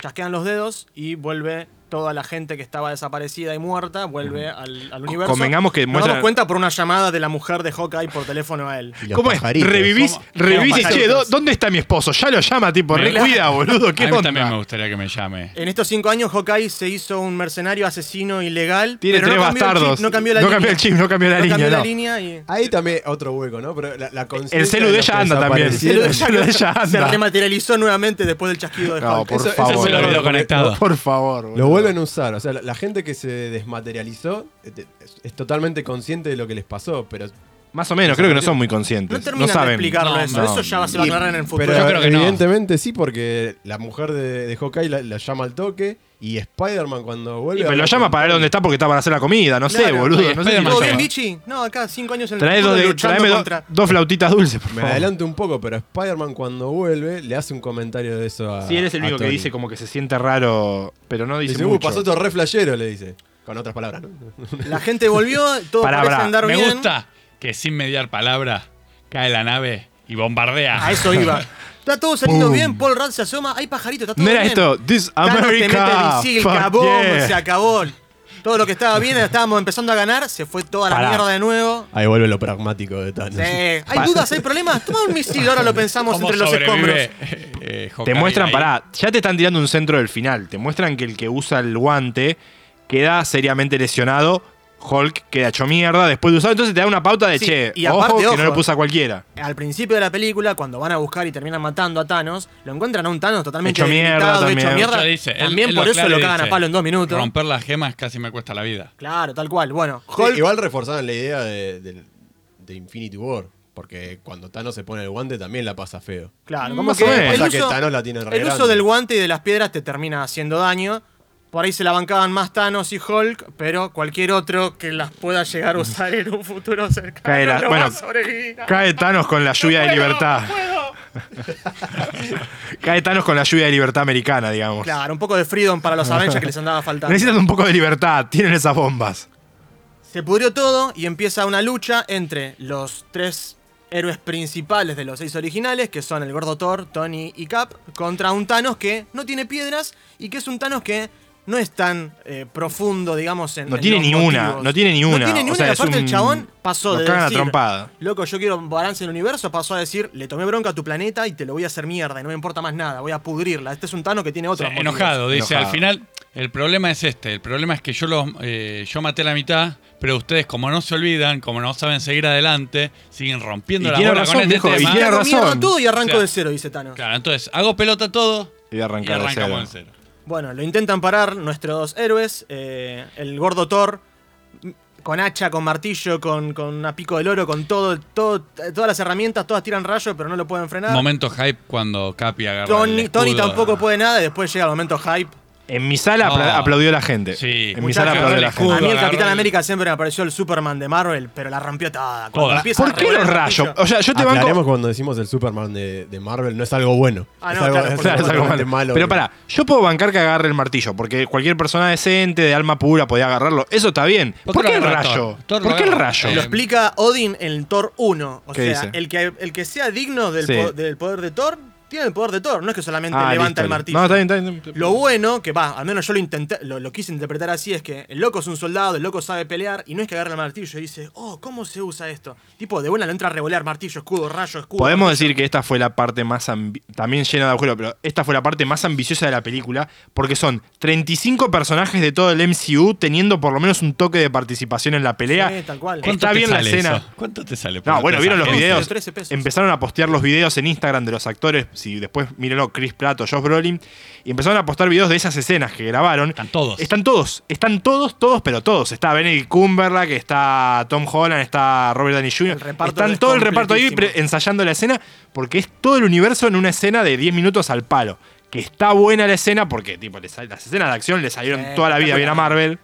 A: Chasquean los dedos y vuelve toda la gente que estaba desaparecida y muerta, vuelve al, al universo.
E: convengamos que
A: Nos
E: muestra-
A: damos cuenta por una llamada de la mujer de Hawkeye por teléfono a él.
E: ¿Cómo es? Revivís,
D: ¿Cómo?
E: revivís
A: Los
E: y, che,
A: pajaritos.
E: ¿dó- ¿dónde está mi esposo? Ya lo llama, tipo,
D: Me-
E: re cuida, boludo,
D: a
E: ¿qué
D: mí también me
E: onda?
D: gustaría que me llame.
A: En estos cinco años, Hawkeye se hizo un mercenario asesino ilegal.
E: Tiene
A: pero
E: tres
A: no cambió el chip,
E: bastardos.
A: no cambió la línea.
E: el chip, no cambió la línea.
A: cambió la
E: no.
A: línea y.
F: Ahí también otro hueco, ¿no? Pero la, la
E: El
F: conciencia
E: celu de
F: los que
E: ella anda también. El
F: desaparecieron-
E: celu de ella
A: Se
E: anda.
A: rematerializó nuevamente después del chasquido de
E: No,
A: Hulk.
E: por
F: Eso- eso
E: favor.
D: se lo olvidó conectado.
E: Por favor.
F: Lo
E: boludo.
F: vuelven a usar, o sea, eh, la, la gente que se desmaterializó este, es, es totalmente consciente de lo que les pasó, pero
E: Más o menos, creo que no son muy conscientes.
A: No
E: No,
A: terminan de
E: saben.
A: explicarlo
D: No,
A: eso.
D: no.
A: eso ya va- se va a
F: Y-
A: aclarar en el
E: Pues,
A: futuro.
F: Pero
D: Yo creo que no.
F: evidentemente sí, porque la mujer de, de Hawkeye la, la llama al toque y Spider-Man cuando vuelve...
E: Y me
F: habla
E: lo
F: con-
E: llama para ver dónde está porque está para hacer la comida. No sé,
A: Claro.
E: boludo.
D: Oye,
E: No sé si
D: Spider-Man
E: lo
A: ¿Todo
D: llama.
A: bien,
E: llama.
A: Bichi? No, acá cinco años en el
E: Trae
A: futuro
E: dos, de-
A: luchando
E: traeme do-
A: contra...
E: dos flautitas dulces, por
F: Me
E: favor.
F: adelanto un poco, pero Spider-man cuando vuelve le hace un comentario de eso a.
E: Sí, él es el
F: a
E: único que
F: Tony.
E: dice como que se siente raro, pero no dice
F: Dice, "Uh,
E: mucho.
F: pasó todo re flashero, le dice. Con otras palabras, ¿no?
A: La gente volvió, todo
E: Pará,
A: parece
E: pará.
A: andar
D: Me
A: bien.
D: gusta que sin mediar palabra cae la nave y bombardea.
A: A eso iba. Está todo saliendo bien, Paul Rudd se asoma, hay pajarito, está todo
E: No era
A: bien.
E: esto. This
A: Thanos te mete
E: America.
A: el misil,
E: fuck
A: cabón,
E: yeah.
A: se acabó. Todo lo que estaba bien, estábamos empezando a ganar, se fue toda la
E: Pará.
A: mierda de nuevo.
F: Ahí vuelve lo pragmático de Thanos.
A: Sí. ¿Hay dudas? ¿Hay problemas? Toma un misil, ahora lo pensamos
D: ¿Cómo
A: entre los
D: sobrevive,
A: escombros.
D: eh, Hawkeye
E: Te muestran,
D: ahí?
E: pará, ya te están tirando un centro del final. Te muestran que el que usa el guante queda seriamente lesionado. Hulk queda hecho mierda después de usarlo. Entonces te da una pauta de
A: Sí,
E: che,
A: y
E: ojo,
A: aparte,
E: que no
A: ojo.
E: lo puso a cualquiera.
A: Al principio de la película, cuando van a buscar y terminan matando a Thanos, lo encuentran a un Thanos totalmente
E: Hecho mierda
A: debilitado, hecho
E: también.
A: mierda.
D: Ya dice, él-
A: también
D: él
A: por eso
D: aclara
A: lo
D: y
A: cagan a
D: dice,
A: palo en dos minutos.
D: Romper las gemas casi me cuesta la vida.
A: Claro, tal cual. Bueno,
F: Sí,
A: Hulk
F: igual reforzaban la idea de, de- de Infinity War. Porque cuando Thanos se pone el guante también la pasa feo.
A: Claro, como
E: Más
A: que
E: o menos.
A: el,
F: Pasa que
A: uso,
F: Thanos la tiene re
A: el uso
F: grande.
A: del guante y de las piedras te termina haciendo daño. Por ahí se la bancaban más Thanos y Hulk, pero cualquier otro que las pueda llegar a usar en un futuro cercano
E: Caerá.
A: no
E: Bueno,
A: va a sobrevivir.
E: Cae Thanos con la lluvia de libertad. Cae Thanos con la lluvia de libertad americana, digamos.
A: Claro, un poco de freedom para los Avengers que les andaba faltando.
E: Necesitan un poco de libertad, tienen esas bombas.
A: Se pudrió todo y empieza una lucha entre los tres héroes principales de los seis originales, que son el gordo Thor, Tony y Cap, contra un Thanos que no tiene piedras y que es un Thanos que no es tan eh, profundo, digamos, en
E: No
A: en
E: tiene
A: los
E: ni una,
A: motivos.
E: no tiene ni una,
A: No tiene ni
E: o
A: una,
E: sea,
A: y
E: es
A: aparte el
E: un-
A: chabón pasó
E: nos
A: de
E: cagan a
A: decir,
E: trompada.
A: loco, yo quiero balance en el universo, pasó a decir, le tomé bronca a tu planeta y te lo voy a hacer mierda y no me importa más nada, voy a pudrirla. Este es un Thanos que tiene
D: O sea,
A: otro.
D: enojado, dice,
E: Enojado.
D: al final el problema es este, el problema es que yo los eh, yo maté la mitad, pero ustedes como no se olvidan, como no saben seguir adelante, siguen rompiendo
E: Y
D: la
E: tiene
D: bola
E: razón,
D: con este
E: viejo, y
D: tema.
E: tiene razón.
A: todo y arranco
D: O sea,
A: de cero, dice Thanos.
D: Claro, entonces hago pelota todo
E: Y voy a arrancar de
D: arrancamos
E: cero.
D: de cero.
A: Bueno, lo intentan parar nuestros héroes. eh, el gordo Thor, m- con hacha, con martillo, con, con una pico del oro, con todo, todo, eh, todas las herramientas, todas tiran rayos, pero no lo pueden frenar.
D: Momento hype cuando Capi agarra el
A: Tony,
D: escudo.
A: Tony tampoco puede nada y después llega el momento hype.
E: En mi sala
D: No.
E: apla- aplaudió la gente.
D: Sí.
E: en mi
A: Muchachos,
E: sala aplaudió la
D: agarra el
E: gente.
A: A mí el
D: agarró
A: Capitán
D: y-
A: América siempre me pareció el Superman de Marvel, pero la rompió toda. Cuando
D: Toda.
A: empieza a
E: ¿Por qué
A: revolear
E: los
A: el
E: rayos?
A: martillo-
E: O sea, yo te
F: Aclaremos
E: banco.
F: cuando decimos el Superman de, de Marvel no es algo bueno.
A: Ah,
F: es
A: no,
F: algo,
A: claro,
F: es
A: por
E: Claro, es algo
F: totalmente
E: malo. Pero pará, yo puedo bancar que agarre el martillo, porque cualquier persona decente, de alma pura, podía agarrarlo. Eso está bien.
D: ¿Por
E: ¿Por,
D: qué
E: qué el
D: lo agarra
E: rayo?
D: Thor? Thor lo
E: ¿Por qué el
D: agarra.
E: rayo?
D: Eh,
A: Lo explica Odin en Thor 1. O sea,
E: ¿Qué dice?
A: El, que, el que sea digno del,
E: Sí.
A: po- del poder de Thor, tiene el poder de Thor. No es que solamente
E: Ah,
A: levanta
E: listo.
A: el martillo.
E: No, está bien, está bien.
A: Lo bueno, que va, al menos yo lo intenté, lo, lo quise interpretar así, es que el loco es un soldado, el loco sabe pelear, y no es que agarra el martillo y dice, oh, ¿cómo se usa esto? Tipo, de buena lo entra a revolear martillo, escudo, rayo, escudo.
E: Podemos decir que esta fue la parte más ambi- también llena de agujeros, pero esta fue la parte más ambiciosa de la película porque son 35 personajes de todo el MCU teniendo por lo menos un toque de participación en la pelea.
A: Sí, tal cual.
E: Está
D: ¿Cuánto te
E: bien la
D: sale
E: escena.
D: eso? ¿Cuánto te sale?
E: No, bueno, vieron los
A: pesos.
E: videos.
A: 13 pesos.
E: Empezaron a postear los videos en Instagram de los actores. Si después mírenlo, Chris Plato, Josh Brolin. Y empezaron a postar videos de esas escenas que grabaron.
D: Están todos.
E: Están todos. Están todos, todos, pero todos. Está Benedict Cumberbatch, está Tom Holland, está Robert Downey
A: El
E: Jr.
A: reparto
E: Están
A: es
E: todo el reparto ahí
A: completísimo.
E: pre- ensayando la escena porque es todo el universo en una escena de 10 minutos al palo. Que está buena la escena porque, tipo, les- las escenas de acción le salieron
A: Eh,
E: toda la vida bien a
A: espectacular.
E: Marvel.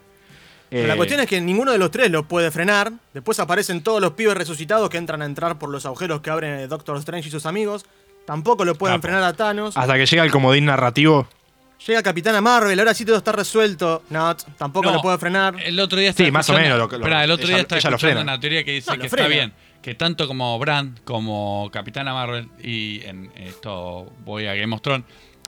A: Pero la
E: Eh,
A: cuestión es que ninguno de los tres lo puede frenar. Después aparecen todos los pibes resucitados que entran a entrar por los agujeros que abren eh, Doctor Strange y sus amigos. Tampoco lo
E: Ah,
A: pueden
D: Capo.
A: frenar a Thanos.
E: Hasta que llega el comodín narrativo.
A: Llega Capitana Marvel, ahora sí todo está resuelto. No, tampoco lo puede frenar.
D: El otro día estaba
E: Sí, más o
D: escuchando-
E: menos lo- lo-
D: Esperá, el otro
E: ella-
D: día estaba
E: ella lo
D: escuchando
E: frena.
D: una teoría que dice
A: No, lo
D: que
A: frena.
D: está bien, que tanto como Brand, como Capitana Marvel y en esto voy a Game of Thrones,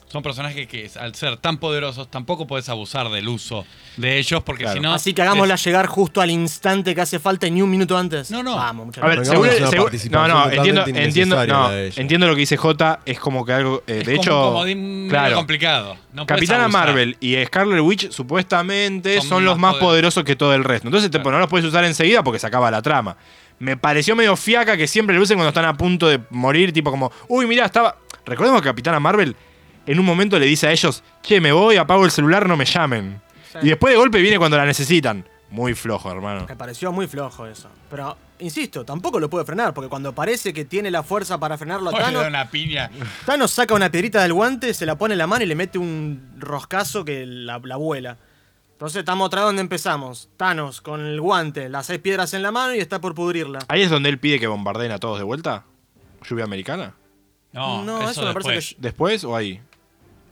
D: son personajes que al ser tan poderosos tampoco podés abusar del uso de ellos porque
E: Claro.
D: si no
A: Así que hagámosla
D: es-
A: llegar justo al instante que hace falta y ni un minuto antes.
D: No, no.
A: Vamos, muchachos.
E: A ver,
F: Tengamos
E: según,
F: una
E: según- no,
F: participación
E: no, entiendo,
F: totalmente
E: entiendo,
F: innecesaria
E: no,
F: la de ella.
E: entiendo lo que dice J, es como que algo, eh,
D: es
E: de
D: como
E: hecho,
D: un comodín medio
E: claro,
D: complicado. No podés
E: Capitana
D: abusar.
E: Marvel y Scarlet Witch supuestamente
D: Son
E: son, los
D: más
E: más
D: poderosos.
E: poderosos que todo el resto, entonces te-
D: Claro.
E: no los puedes usar enseguida porque se acaba la trama. Me pareció medio fiaca que siempre lo usen cuando están a punto de morir, tipo como, uy, mirá, estaba... Recordemos que Capitana Marvel en un momento le dice a ellos, che, me voy, apago el celular, no me llamen.
A: Sí.
E: Y después de golpe viene cuando la necesitan. Muy flojo, hermano.
A: Me pareció muy flojo eso. Pero, insisto, tampoco lo puede frenar, porque cuando parece que tiene la fuerza para frenarlo a
D: Oye,
A: Thanos,
D: da una piña.
A: Thanos saca una piedrita del guante, se la pone en la mano y le mete un roscazo que la, la vuela. Entonces estamos otra vez donde empezamos. Thanos con el guante, las seis piedras en la mano y está por pudrirla.
E: Ahí es donde él pide que bombardeen a todos de vuelta. ¿Lluvia americana?
D: No,
A: No,
D: eso,
A: eso me parece
D: después.
A: que
E: ¿Después o ahí?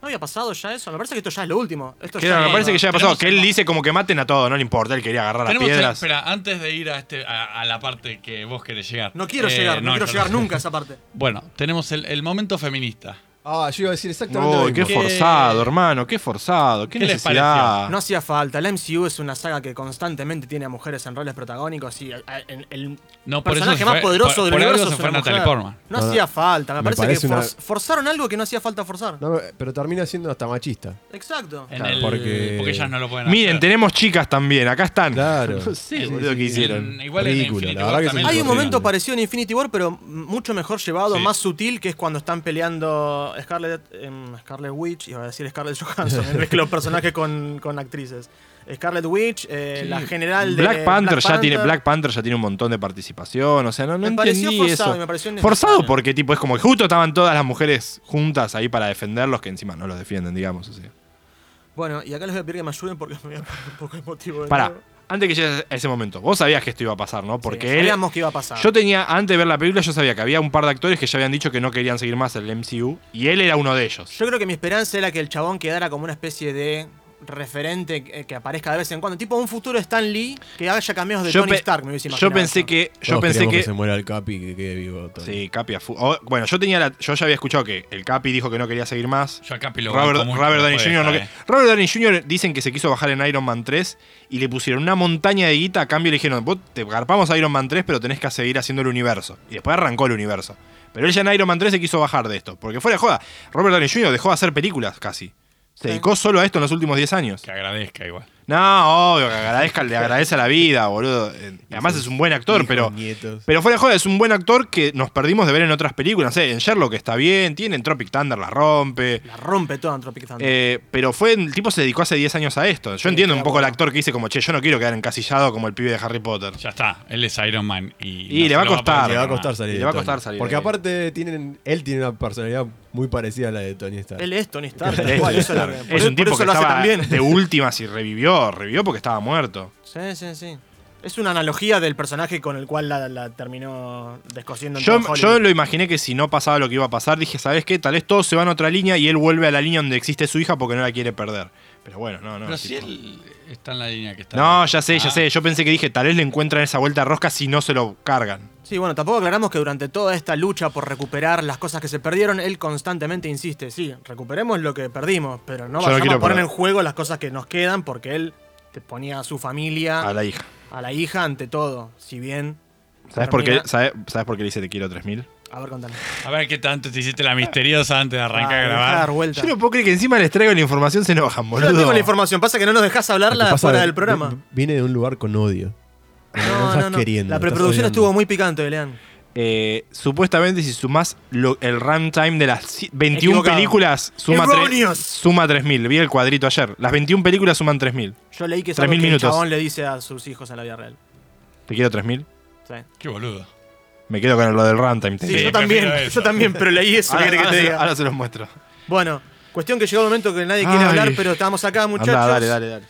A: ¿No había pasado ya eso? Me parece que esto ya es lo último. Esto
E: Que
A: ya
E: no, me
A: es-
E: parece que ya ha pasado.
D: Tenemos-
E: Que él dice como que maten a todos, no le importa. Él quería agarrar las
D: Tenemos-
E: piedras.
D: espera, antes de ir a, este, a, a la parte que vos querés llegar.
A: No quiero
D: Eh,
A: llegar, no, quiero
D: yo
A: llegar nunca a esa parte.
D: Bueno, tenemos el, el momento feminista.
F: Ah, yo iba a decir exactamente
E: Uy,
F: lo
E: qué
F: mismo.
D: ¿Qué-
E: forzado, hermano. Qué forzado. Qué,
D: ¿Qué les
E: necesidad.
A: No hacía falta. La MCU es una saga que constantemente tiene a mujeres en roles protagónicos y a- a- en- el
D: No, por eso
A: personaje
D: se
A: más
D: fue-
A: poderoso
D: por-
A: del
D: por algo
A: universo
D: se
A: es
D: fue
A: una
D: Natalie
A: mujer.
D: Portman.
A: No,
F: No,
A: hacía falta. Me,
F: me
A: parece,
F: parece
A: que
F: una-
A: forz- forzaron algo que no hacía falta forzar.
F: No, pero termina siendo hasta machista.
A: Exacto.
D: En
F: Claro,
D: el- porque...
F: porque-
D: ellas no lo pueden
E: Miren,
D: hacer.
E: tenemos chicas también. Acá están.
F: Claro.
E: No sé,
F: Sí,
E: boludo,
F: sí,
E: qué
F: sí.
E: hicieron.
D: Igual en
F: Ridículo,
D: Infinity
F: la
D: War
F: verdad que
D: también
F: es
A: Hay un
D: lo hicieron.
A: momento parecido en Infinity War, pero m- mucho mejor llevado,
D: Sí.
A: más sutil, que es cuando están peleando Scarlet, em, Scarlet Witch, iba a decir Scarlett Johansson, que los personajes con, con actrices. Scarlet Witch, eh, la general de
E: Black Panther ya tiene Black Panther ya tiene un montón de participación, o sea, no, no
A: Me pareció
E: entendí
A: forzado,
E: eso.
A: me pareció innecesario.
E: forzado porque tipo es como que justo estaban todas las mujeres juntas ahí para defenderlos que encima no los defienden, digamos, o sea.
A: Bueno, y acá les voy a pedir que me ayuden porque me voy a poner un poco emotivo. de
E: Pará,
A: nuevo.
E: antes que llegues a ese momento, vos sabías que esto iba a pasar, ¿no? Porque
A: Sí,
E: él-
A: sabíamos que iba a pasar.
E: yo tenía antes de ver la película yo sabía que había un par de actores que ya habían dicho que no querían seguir más el MCU y él era uno de ellos.
A: Yo creo que mi esperanza era que el chabón quedara como una especie de referente eh, que, que aparezca de vez en cuando, tipo un futuro Stan Lee que haya cameos de Tony
E: pe-
A: Stark, me hubiese
E: yo
A: imaginado
E: pensé
A: eso.
E: que yo
F: Todos
E: pensé
F: queríamos
E: que
F: se muera el Capi y que quede vivo. todo.
E: Sí, Capi a fu- o- Bueno, yo tenía la- yo ya había escuchado que el Capi dijo que no quería seguir más.
D: Yo a Capi lo
E: Robert,
D: banco mucho,
E: Robert
D: no
E: Downey
D: puede
E: Jr. no
D: estar,
E: que- Robert Downey Jr. dicen que se quiso bajar en Iron Man 3 y le pusieron una montaña de guita. A cambio le dijeron, vos te garpamos a Iron Man 3, pero tenés que seguir haciendo el universo. Y después arrancó el universo. Pero él ya en Iron Man 3 se quiso bajar de esto. Porque fuera de joda, Robert Downey Jr. dejó de hacer películas casi. Se
A: Sí.
E: dedicó solo a esto en los últimos 10 años.
D: Que agradezca igual.
E: No, obvio, que agradezca, le agradece a la vida, boludo. Eh, Además es un buen actor,
F: Hijos,
E: pero...
F: nietos.
E: Pero fuera de joda, es un buen actor que nos perdimos de ver en otras películas. No sé, en Sherlock está bien, tiene en Tropic Thunder, la rompe.
A: La rompe toda Antropic Thunder.
E: Eh, pero fue, el tipo se dedicó hace 10 años a esto. Yo entiendo
A: estoy de
E: un poco el
A: acuerdo.
E: actor que dice como, che, yo no quiero quedar encasillado como el pibe de Harry Potter.
D: Ya está, él es Iron Man y.
E: Y
D: no
E: le
D: se
E: va a
D: lo poder
E: costar.
F: Le va a
D: ganar.
F: costar salir.
E: Le
F: de
E: va a
F: Tony.
E: costar salir
F: Porque
E: de ahí.
F: aparte tienen, él tiene una personalidad muy parecida a la de Tony Stark.
A: Él es Tony Stark.
E: Es,
A: igual, eso
E: Stark.
A: lo-
E: Este, Es
A: por eso-
E: un tipo
A: por
E: que
A: eso lo hace
E: estaba
A: también.
E: de últimas y revivió, revivió porque estaba muerto.
A: Sí, sí, sí. Es una analogía del personaje con el cual la, la terminó descosiendo. en
E: Yo,
A: todo
E: yo
A: Hollywood.
E: lo imaginé que si no pasaba lo que iba a pasar, dije, ¿sabes qué? Tal vez todos se van a otra línea y él vuelve a la línea donde existe su hija porque no la quiere perder. Pero bueno, no, no.
D: Pero si
E: tipo-
D: él está en la línea que está.
E: No, ya sé, ya
D: Ah,
E: sé. Yo pensé que dije, tal vez le encuentran esa vuelta rosca si no se lo cargan.
A: Sí, bueno, tampoco aclaramos que durante toda esta lucha por recuperar las cosas que se perdieron, él constantemente insiste, sí, recuperemos lo que perdimos, pero no
E: Yo no
A: vayamos
E: quiero
A: a poner en
E: perder.
A: juego las cosas que nos quedan porque él te ponía a su familia,
E: A la hija.
A: a la hija ante todo, si bien...
E: ¿Sabes por, qué,
A: termina-
E: ¿sabes, sabes por qué le dice te quiero 3000?
A: A ver, contame.
D: A ver qué tanto te hiciste la misteriosa antes de arrancar
A: Ah,
D: a
A: dejá de dar
D: grabar.
A: vuelta.
E: Yo no puedo creer que encima les traigo la información, se enojan,
A: Yo
E: boludo.
A: no tengo la información, pasa que no nos dejas
F: Lo que
A: hablarla
F: pasa
A: fuera
F: es-
A: del programa.
F: Viene de un lugar con odio.
A: No,
F: estás
A: no, no.
F: queriendo,
A: la
F: estás
A: preproducción
F: odiando.
A: estuvo muy picante, Lean.
E: Eh, supuestamente, si sumás lo- el runtime de las ci- 21
A: Equivocado.
E: películas, suma, tre-
A: Erróneos.
E: suma 3000. Vi el cuadrito ayer. Las 21 películas suman 3000.
A: Yo leí que es
E: 3.000
A: algo que el
E: minutos.
A: chabón le dice a sus hijos en la vida real.
E: ¿Te quiero 3000?
A: Sí.
D: Qué boludo.
A: Ah,
E: Me quedo con lo del runtime.
A: Sí,
E: te digo.
A: yo también,
D: prefiero eso.
A: yo también, pero leí eso. ¿qué
E: ahora,
A: querés que
E: ahora
A: te
E: se,
A: diga?
E: ahora se los muestro.
A: Bueno, cuestión que llegó el momento que nadie quiere
E: Ay.
A: hablar, pero estamos acá, muchachos.
E: Andá, dale, dale, dale.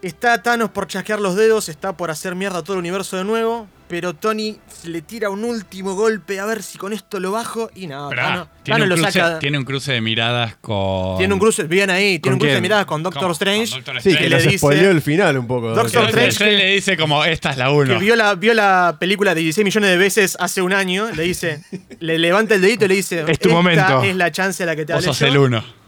A: Está Thanos por chasquear los dedos, está por hacer mierda todo el universo de nuevo, pero Tony le tira un último golpe a ver si con esto lo bajo y nada,
D: Esperá,
A: Thanos,
D: tiene,
A: Thanos
D: un
A: lo
D: cruce,
A: saca. Tiene,
D: tiene un cruce de miradas con.
A: un cruce, bien ahí,
E: ¿Con
A: tiene un cruce de
E: quién?
A: miradas con
D: con-
A: Doctor
D: con
A: Strange.
D: Doctor
F: Sí,
A: que
F: que
A: le
F: nos
A: dice-
F: spoileó el final un poco.
A: Doctor
D: Doctor
A: Strange
D: Strange
A: que-
D: le dice como, esta es la uno.
A: que vio la, vio la película de 16 millones de veces hace un año, le dice, le levanta el dedito y le dice,
E: Es tu
A: "Esta
E: momento".
A: es la chance a la que te
D: Vos
A: hablé
D: sos
A: yo".
D: el uno.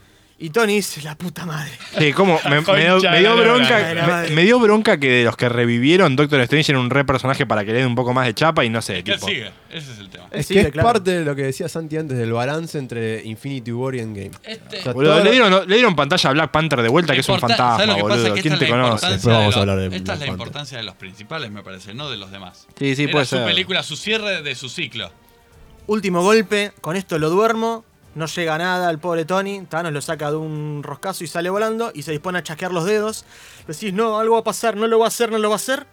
A: Y Tony dice, la puta madre.
E: Sí, ¿cómo? Me, me dio,
D: Concha
E: me
D: de
E: dio
D: la
E: bronca,
A: lora.
E: me, me dio bronca que de los que revivieron, Doctor Strange era un re personaje para que le den un poco más de chapa y no sé.
D: ¿Qué
E: Tipo,
D: sigue? Ese es el tema.
F: Es
A: Sí,
F: que es
A: claro.
F: parte de lo que decía Santi antes del balance entre Infinity War y Endgame. O sea,
E: Boludo,
F: todo-
E: le, dieron, le dieron pantalla a Black Panther de vuelta, que es un
D: Importa- ¿sabes
E: fantasma,
D: lo que pasa?
E: boludo.
D: Que
E: ¿Quién te
D: esta es la
E: conoce?
D: importancia
F: Después vamos a
D: de los-
F: hablar de
D: Esta es la
F: Black Panther.
D: importancia de los principales, me parece, no de los demás.
E: Sí, sí,
D: Era
E: puede
D: su
E: ser.
D: película, su cierre de su ciclo.
A: Último golpe, con esto lo duermo. No llega a nada al pobre Tony. Thanos lo saca de un roscazo y sale volando y se dispone a chasquear los dedos. Decís, no, algo va a pasar, no lo va a hacer, no lo va a hacer.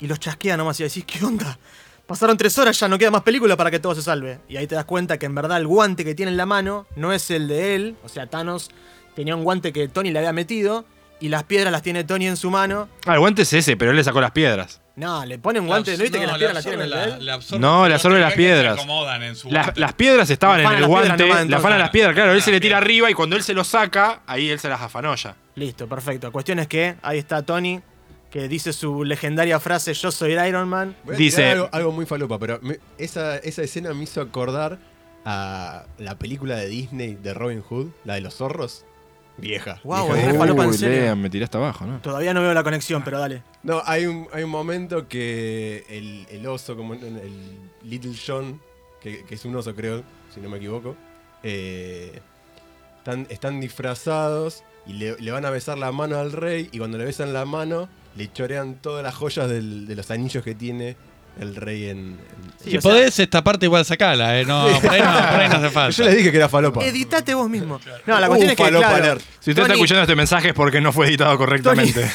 A: Y los chasquea nomás y decís, ¿qué onda? Pasaron tres horas, ya no queda más película para que todo se salve. Y ahí te das cuenta que en verdad el guante que tiene en la mano no es el de él. O sea, Thanos tenía un guante que Tony le había metido y las piedras las tiene Tony en su mano.
E: Ah, el guante es ese, pero él le sacó las piedras.
A: No, le pone un guante, ¿no viste que las piedras las eh? tiene el de él?
E: No, le absorbe las piedras.
D: Se acomodan en su
E: Las,
D: guante. Ah,
E: las piedras estaban
A: Le
E: en
A: afanan
E: el
A: las piedras
E: guante,
A: nomás,
E: la
A: entonces.
E: afanan las piedras, claro, él se le tira
D: Bien.
E: arriba y cuando él se lo saca, ahí él se las afanó ya.
A: Listo, perfecto. Cuestión es que ahí está Tony, que dice su legendaria frase, yo soy el Iron Man.
F: Voy a
E: Dice-
F: tirar algo, algo muy falopa, pero me- esa, esa escena me hizo acordar a la película de Disney de Robin Hood, la de los zorros. Vieja.
A: Guau, es
F: vieja,
A: re
F: vieja.
A: falopa, en serio.
E: me tiraste abajo, ¿no?
A: Todavía no veo la conexión, pero dale.
F: No, hay un, hay un momento que el, el oso, como el- el Little John, que, que es un oso creo, si no me equivoco, eh, están, están disfrazados y le, le van a besar la mano al rey y cuando le besan la mano le chorean todas las joyas del- de los anillos que tiene el rey en... en-
A: Sí,
D: Si
A: o sea-
D: podés, esta parte igual sacala, eh. No, por ahí no, por ahí no hace falta.
F: Yo le dije que era falopa.
A: Editate vos mismo. No, la cuestión
F: Uh,
A: es que,
F: falopa
A: claro,
F: alert.
E: Si usted está
A: Tony-
E: escuchando este mensaje es porque no fue editado
A: Tony,
E: correctamente.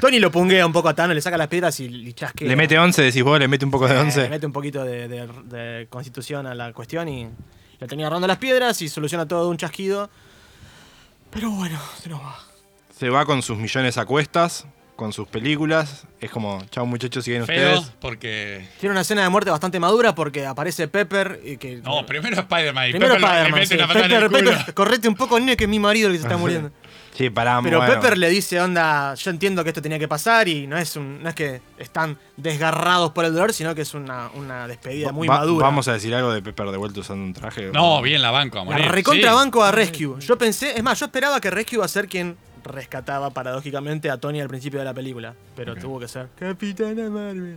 A: Tony lo punguea un poco a Thanos, le saca las piedras y, y chasquea.
E: Le mete 11, decís vos, le mete un poco de
A: Eh,
E: 11.
A: le mete un poquito de, de- de constitución a la cuestión y le tenía agarrando las piedras y soluciona todo de un chasquido. Pero bueno, se nos va.
E: Se va con sus millones a cuestas, con sus películas. Es como, chao muchachos, siguen
D: Feo,
E: ustedes.
D: porque.
A: Tiene una escena de muerte bastante madura porque aparece Pepper y que...
D: No, primero Spider-Man. y
A: Primero
D: Pepper le- le
A: Spider-Man.
D: mete
A: sí.
D: una patada en el
A: Pepper,
D: culo.
A: Pepper, correte un poco, nene, que es mi marido el que se está muriendo.
E: Sí, pará,
A: Pero
E: Ah, bueno.
A: Pepper le dice, onda, yo entiendo que esto tenía que pasar y no es un, no es que están desgarrados por el dolor, sino que es una, una despedida
E: Va-
A: muy
E: va-
A: madura.
E: Vamos a decir algo de Pepper de vuelta usando un traje.
D: No, bien la banco, a
A: La
D: morir. sí.
A: recontrabanco a Rescue. Yo pensé, es más, yo esperaba que Rescue iba a ser quien rescataba paradójicamente a Tony al principio de la película, pero tuvo que ser. Capitana Marvel.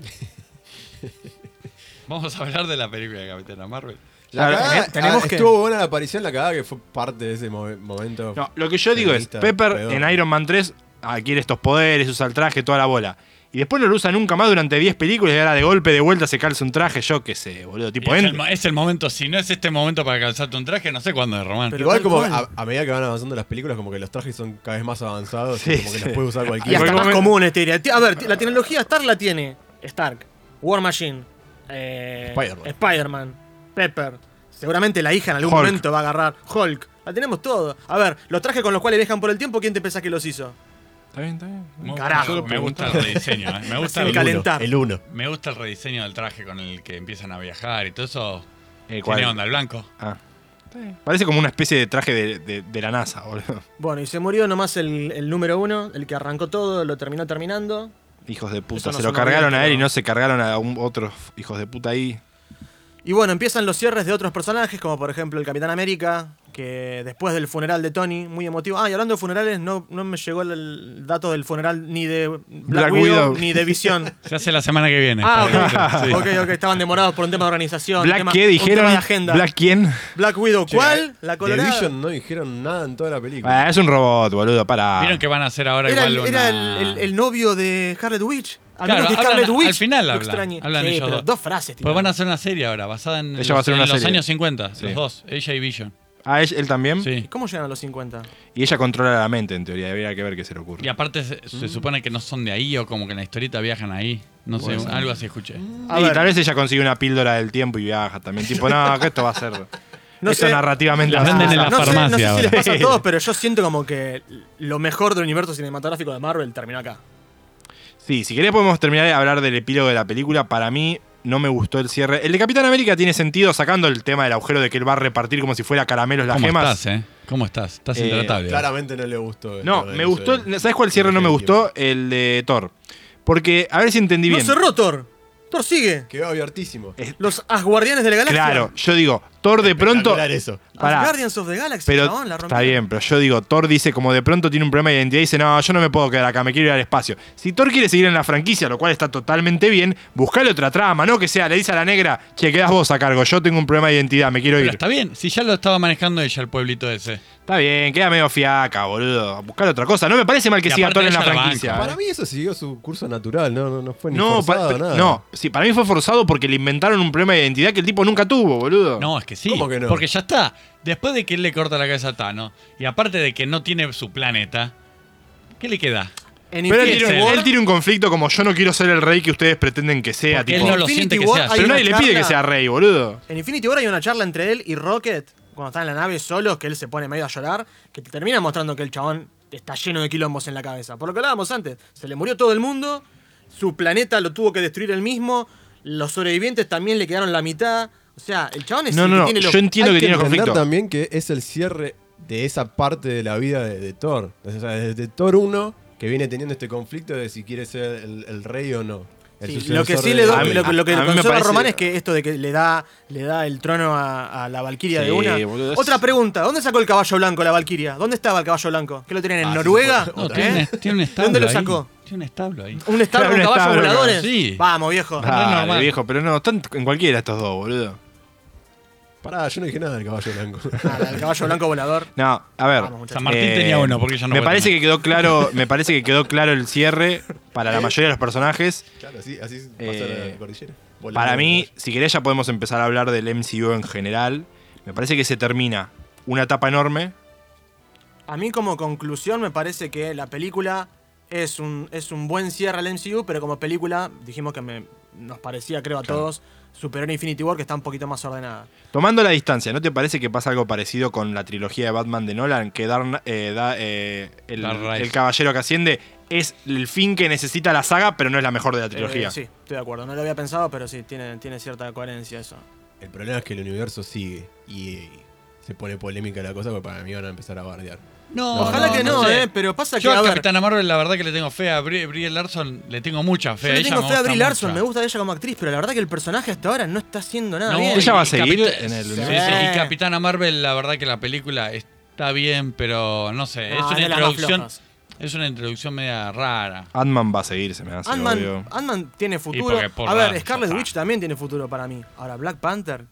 D: Vamos a hablar de la película de Capitana Marvel.
F: La
E: Claro,
F: cagada-
A: tenem- tenemos
F: ah,
A: que-
F: Estuvo buena la aparición, la cagada que fue parte de ese mo- momento.
E: No, lo que yo digo es,
F: Feminista,
E: Pepper
F: peor.
E: en Iron Man 3 adquiere estos poderes, usa el traje, toda la bola. Y después no lo usa nunca más durante 10 películas y ahora de golpe, de vuelta se calza un traje, yo qué sé, boludo.
D: Y
E: Tipo,
D: es,
E: en-
D: el, mo- es el momento, si no es este momento para calzarte un traje, no sé cuándo es Román.
A: Pero
F: Igual
A: tal
F: como
A: cual.
F: a, a medida que van avanzando las películas, como que los trajes son cada vez más avanzados,
E: Sí,
F: y como que
E: sí.
F: los puede
A: Y
F: usar
E: En
F: cualquiera.
A: hasta
E: cualquier
A: más
E: momento-
A: comunes, te diría. Ti- A ver, ti- la tecnología Stark la tiene Stark, War Machine, eh,
F: Spider-Man.
A: Spider-Man, Pepper. Seguramente la hija en algún
E: Hulk.
A: momento va a agarrar Hulk. La tenemos todo. A ver, los trajes con los cuales viajan por el tiempo, ¿quién te pensás que los hizo?
E: Está bien, está bien.
D: Muy-
A: carajo,
D: me gusta el rediseño, eh. me, gusta
A: Sin
D: el,
A: calentar.
F: El uno.
D: me gusta el rediseño del traje con el que empiezan a viajar y todo eso.
E: Eh, ¿cuál?
D: Tiene onda, el blanco.
E: Ah. Parece como una especie de traje de, de- de la NASA, boludo.
A: Bueno, y se murió nomás el, el número uno, el que arrancó todo, lo terminó terminando.
E: Hijos de
A: Eso
E: puta.
A: no
E: se lo
A: suena
E: cargaron
A: bien,
E: a él y
A: pero-
E: no se cargaron a un- otros hijos de puta ahí.
A: Y bueno, empiezan los cierres de otros personajes, como por ejemplo el Capitán América, que después del funeral de Tony, muy emotivo. Ah, y hablando de funerales, no, no me llegó el, el dato del funeral ni de Black,
E: Black
A: Widow,
E: Widow.
A: ni de Visión.
D: Se hace la semana que viene.
A: Ah, ok.
D: Sí.
A: ok, ok, estaban demorados por un tema de organización.
E: Black,
A: tema-
E: ¿qué
A: un
E: dijeron?
A: tema de agenda.
E: Black,
A: Black,
E: ¿quién?
A: Widow,
F: Che,
A: ¿cuál? La
F: de
A: colorada.
F: Vision no dijeron nada en toda la película.
E: Ah, es un robot, boludo, para.
D: Vieron que van a hacer ahora
A: Era, el,
D: igual
A: era
D: una-
A: el- el- el novio de Scarlet Witch. Al
D: Claro,
A: menos que
D: hablan-
A: Scarlet Witch.
D: al final
A: lo
D: hablan,
A: extrañe.
D: hablan
A: Sí,
D: ellos
A: pero
D: dos.
A: dos frases, tío.
D: Pues van a hacer una serie ahora, basada en,
E: Ella
D: los,
E: va a hacer
D: en
E: una
D: los
E: serie.
D: años 50,
E: Sí.
D: los dos, ella y Vision.
E: Ah, ¿él, él también.
D: Sí.
A: ¿Cómo llegan a los 50?
E: Y ella controla la mente, en teoría. Habría que ver qué se le ocurre.
D: Y aparte se, se supone que no son de ahí o como que en la historieta viajan ahí. No sé,
E: Puede ser.
D: algo así escuché.
A: A
E: y
A: ver.
E: tal vez ella consigue una píldora del tiempo y viaja también. Tipo, no, que esto va a ser.
A: No
E: esto
A: sé.
E: narrativamente
D: Las
E: va a ser-
D: venden en Ah, la
A: no sé-
D: farmacia
A: no sé si les
D: ahora.
A: pasa a todos, pero yo siento como que lo mejor del universo cinematográfico de Marvel terminó acá.
E: Sí, si querés podemos terminar de hablar del epílogo de la película. Para mí no me gustó el cierre. El de Capitán América tiene sentido sacando el tema del agujero de que él va a repartir como si fuera caramelos las
D: ¿Cómo
E: gemas.
D: estás, eh? ¿Cómo estás? Estás
E: Eh,
D: intratable.
F: Claramente no le gustó. esto
E: No,
F: eh, de
E: me
F: eso
E: gustó.
F: de-
E: el- ¿Sabes cuál cierre no me gustó? El de Thor. Porque, a ver si entendí
A: No
E: bien.
A: cerró Thor. Thor sigue.
F: Quedó abiertísimo.
E: Eh,
A: Los Asguardianes de la Galaxia.
E: Claro, yo digo, Thor de pronto.
F: Espectacular eso.
E: Pará.
A: Asgardians of the Galaxy,
E: Pero
A: chabón, la
E: está
A: rompieron.
E: bien, pero yo digo, Thor dice como de pronto tiene un problema de identidad y dice, no, yo no me puedo quedar acá, me quiero ir al espacio. Si Thor quiere seguir en la franquicia, lo cual está totalmente bien, buscale otra trama, no que sea, le dice a la negra, che, quedás vos a cargo, yo tengo un problema de identidad, me quiero
D: Pero
E: ir.
D: está bien, si ya lo estaba manejando ella el pueblito ese.
E: Está bien, queda medio fiaca, boludo. Buscar otra cosa. No me parece mal que
D: Y
E: siga
D: aparte
E: Thor en la
D: ella la
E: franquicia.
D: banca.
E: ¿eh?
F: Para mí eso siguió su curso natural, no, no, no fue ni
E: No,
F: forzado,
E: pa-
F: nada.
E: no, sí, para mí fue forzado porque le inventaron un problema de identidad que el tipo nunca tuvo, boludo.
D: No, es que sí.
F: ¿Cómo que no?
D: Porque ya está. Después de que él le corta la cabeza a Thanos, y aparte de que no tiene su planeta, ¿qué le queda?
A: En
E: Pero él
A: Infinity
E: tiene, un,
A: War-
E: él tiene un conflicto como yo no quiero ser el rey que ustedes pretenden que sea,
D: Porque
E: tipo.
D: él no lo
A: Infinity
D: siente que
A: War
D: sea.
A: hay
E: Pero
A: una
E: nadie le pide
A: charla-
E: que sea rey, boludo.
A: En Infinity War hay una charla entre él y Rocket, cuando está en la nave solos, que él se pone medio a llorar, que te termina mostrando que el chabón está lleno de quilombos en la cabeza. Por lo que hablábamos antes, se le murió todo el mundo, su planeta lo tuvo que destruir él mismo, los sobrevivientes también le quedaron la mitad. O sea, el chabón es
E: No,
A: el
E: no,
A: que
E: no.
A: tiene los-
E: Yo entiendo
F: Hay
E: que
F: que
E: tiene
F: entender
E: conflicto.
F: también que es el cierre de esa parte de la vida de, de Thor. O sea, desde Thor 1 que viene teniendo este conflicto de si quiere ser el, el rey o no. El
A: Sí,
F: sucesor
A: lo que sí
F: de Ah,
A: le do-
E: A mí-
F: Odín.
A: lo, que- lo que
E: a
A: le
E: mí me
A: consola a
E: parece-
A: Román es que esto de que le da, le da el trono a, a la Valquiria de
E: Sí,
A: una.
E: boludo, es-
A: Otra pregunta, ¿dónde sacó el caballo blanco la Valquiria? ¿Dónde estaba el caballo blanco? ¿Que lo tienen en
E: Ah,
A: Noruega?
D: No,
A: ¿Eh?
D: tiene, tiene un establo.
A: ¿Dónde lo
D: ahí.
A: sacó? Eh,
D: Tiene un establo ahí.
A: ¿Un establo
E: Claro,
A: con
E: un
A: caballos
E: establo,
A: voladores?
D: sí.
A: Vamos, viejo.
D: Ah,
E: Dale,
D: normal.
E: viejo, pero no, están en cualquiera estos dos, boludo.
F: Pará, yo no dije nada del caballo blanco.
A: Ah, el caballo blanco volador.
E: No, a ver. eh,
A: Vamos, muchachos.
D: San Martín tenía uno, porque ya no
E: me
D: puede
E: parece
D: tener.
E: que quedó claro, me parece que quedó claro el cierre para la mayoría de los personajes.
F: claro, así, así pasa
E: Eh,
F: la cordillera. Volando
E: Para
F: el
E: mí,
F: caballo.
E: si querés ya podemos empezar a hablar del MCU en general. Me parece que se termina una etapa enorme.
A: A mí como conclusión me parece que la película es un, es un buen cierre al MCU, pero como película dijimos que me- nos parecía, creo a todos, superior a Infinity War, que está un poquito más ordenada.
E: Tomando la distancia, ¿no te parece que pasa algo parecido con la trilogía de Batman de Nolan? Que Darn- eh, da, eh, el,
D: Dark Rise.
E: el caballero que asciende es el fin que necesita la saga, pero no es la mejor de la trilogía.
A: Eh, sí, estoy de acuerdo. No lo había pensado, pero sí, tiene, tiene cierta coherencia eso.
F: El problema es que el universo sigue y, y se pone polémica la cosa porque para mí van a empezar a bardear.
D: No,
A: Ojalá que no,
D: sé.
A: eh, pero pasa que,
D: Yo
A: a
D: a
A: ver,
D: Capitana Marvel la verdad que le tengo fe a Brie, Brie Larson, le tengo mucha fe.
A: yo le
D: ella
A: tengo
D: me
A: fe a
D: gusta
A: Brie Larson,
D: mucho.
A: me gusta ella como actriz, pero la verdad que el personaje hasta ahora no está haciendo nada
D: No,
A: bien.
E: Ella
D: y-
E: va a
D: y
E: seguir
D: Capita-
E: en el
D: Sí,
A: universo.
D: sí, y Capitana Marvel, la verdad que la película está bien, pero no sé,
A: No,
D: es
A: es
D: una
A: de las más
D: introducción,
A: flojas.
D: es una introducción media rara.
E: Ant-Man va a seguir, se me hace. obvio.
A: Ant-Man Ant-Man tiene futuro.
D: porque por
A: a ver,
D: Dark,
A: Scarlet
D: ya está.
A: Witch también tiene futuro para mí. Ahora, Black Panther.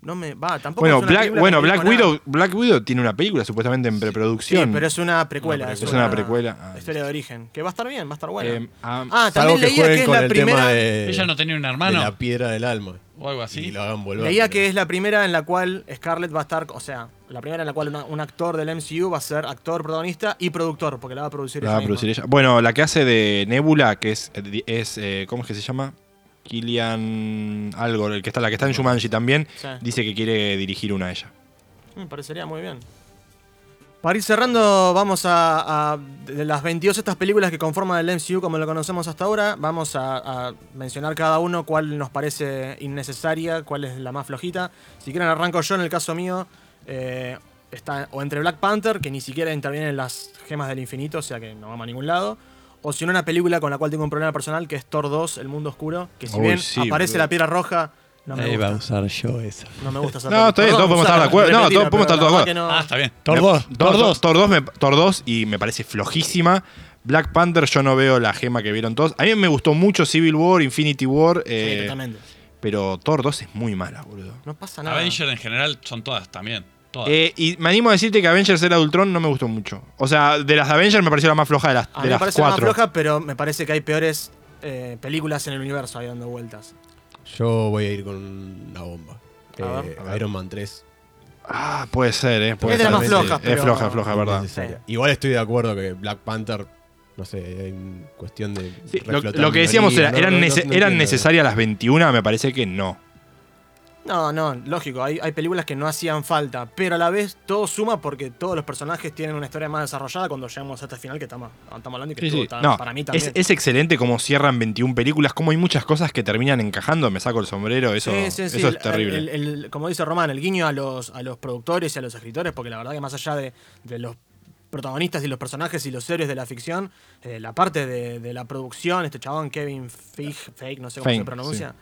A: No me. Va, tampoco. es
E: Bueno,
A: una
E: Black,
A: película
E: bueno
A: que me
E: Black,
A: dijo nada.
E: Widow, Black Widow tiene una película supuestamente en
A: Sí,
E: preproducción.
A: pero es una precuela.
E: Es una precuela. Ah,
A: historia de origen. Que va a estar bien, va a estar buena.
E: Eh, ah,
A: ah,
F: Salvo
A: también
F: que
A: leía que,
F: jueguen
A: es
F: con
A: la
F: el tema
A: primera.
F: de,
A: Eh,
D: Ella no tenía un
F: de
D: hermano
F: la piedra del alma.
D: o
E: ¿Ah,
D: algo
F: Y
D: así.
F: lo hagan volver.
A: Leía
F: pero-
A: que es la primera en la cual Scarlett va a estar. O sea, la primera en la cual una- un actor del MCU va a ser actor, protagonista y productor, porque la va a producir
E: la
A: ella
E: va a
A: misma.
E: producir ella. Bueno, la que hace de Nebula, que es, es eh, ¿cómo es que se llama? Killian algo, el que está, la que está en Shumanji también,
A: Sí.
E: dice que quiere dirigir una a ella.
A: Mm, Me parecería muy bien. Para ir cerrando, vamos a, a- de las 22 estas películas que conforman el MCU como lo conocemos hasta ahora, vamos a, a mencionar cada uno cuál nos parece innecesaria, cuál es la más flojita. Si quieren arranco yo, en el caso mío, eh, está o entre Black Panther, que ni siquiera interviene en las gemas del infinito, o sea que no vamos a ningún lado, o si no una película con la cual tengo un problema personal, que es Thor 2, El Mundo Oscuro, que si
E: Uy,
A: bien
E: sí,
A: aparece
E: boludo.
A: la piedra roja, no me
D: Ahí va a
A: gusta.
D: usar yo esa.
A: No me gusta esa
E: No, está bien,
A: Perdón,
E: todos podemos estar de
A: Sara,
E: acuerdo. No,
A: repetila,
E: todos podemos
A: pero
E: estar de
A: la verdad
E: acuerdo.
A: que no-
D: Ah, está bien.
E: Me-
D: Thor 2.
E: Thor 2. Thor 2 me, Thor 2 y me parece flojísima. Black Panther yo no veo la gema que vieron todos. A mí me gustó mucho Civil War, Infinity War, eh,
A: Sí, totalmente.
E: pero Thor 2 es muy mala, boludo.
A: No pasa nada.
D: Avenger en general son todas también. Todas.
E: Eh, y me animo a decirte que Avengers era de Ultron no me gustó mucho. O sea, de las de Avengers me pareció la más floja de las,
A: A
E: de
A: mí me
E: las
A: parece la más
E: cuatro.
A: floja, pero me parece que hay peores eh, películas en el universo ahí dando vueltas.
F: Yo voy a ir con una bomba.
A: A ver,
F: Eh, Iron Man 3.
E: Ah, puede ser, eh. puede
A: Es de las
E: ser.
A: más flojas,
E: Es
A: pero-
E: floja, floja, verdad.
F: innecesaria. Igual estoy de acuerdo que Black Panther, no sé, en cuestión de.
E: Sí, lo,
F: reflotar
E: lo que decíamos era,
F: minorías,
E: eran,
F: no- no- no-
E: nece-
F: no
E: eran
F: entiendo.
E: necesarias las 21, me parece que no.
A: No, no, lógico, hay, hay películas que no hacían falta, pero a la vez todo suma porque todos los personajes tienen una historia más desarrollada cuando llegamos hasta el final que estamos, estamos hablando y que estuvo tan-
E: No,
A: para mí
E: es,
A: también.
E: es excelente cómo cierran 21 películas, cómo hay muchas cosas que terminan encajando, me saco el sombrero, eso,
A: Sí, sí, sí,
E: eso
A: el-
E: es terrible.
A: el- el- como dice Román, el guiño a los, a los productores y a los escritores, porque la verdad que más allá de, de los protagonistas y los personajes y los héroes de la ficción, eh, la parte de, de la producción, este chabón Kevin Feige, Feige, no sé cómo
E: Feige,
A: se pronuncia,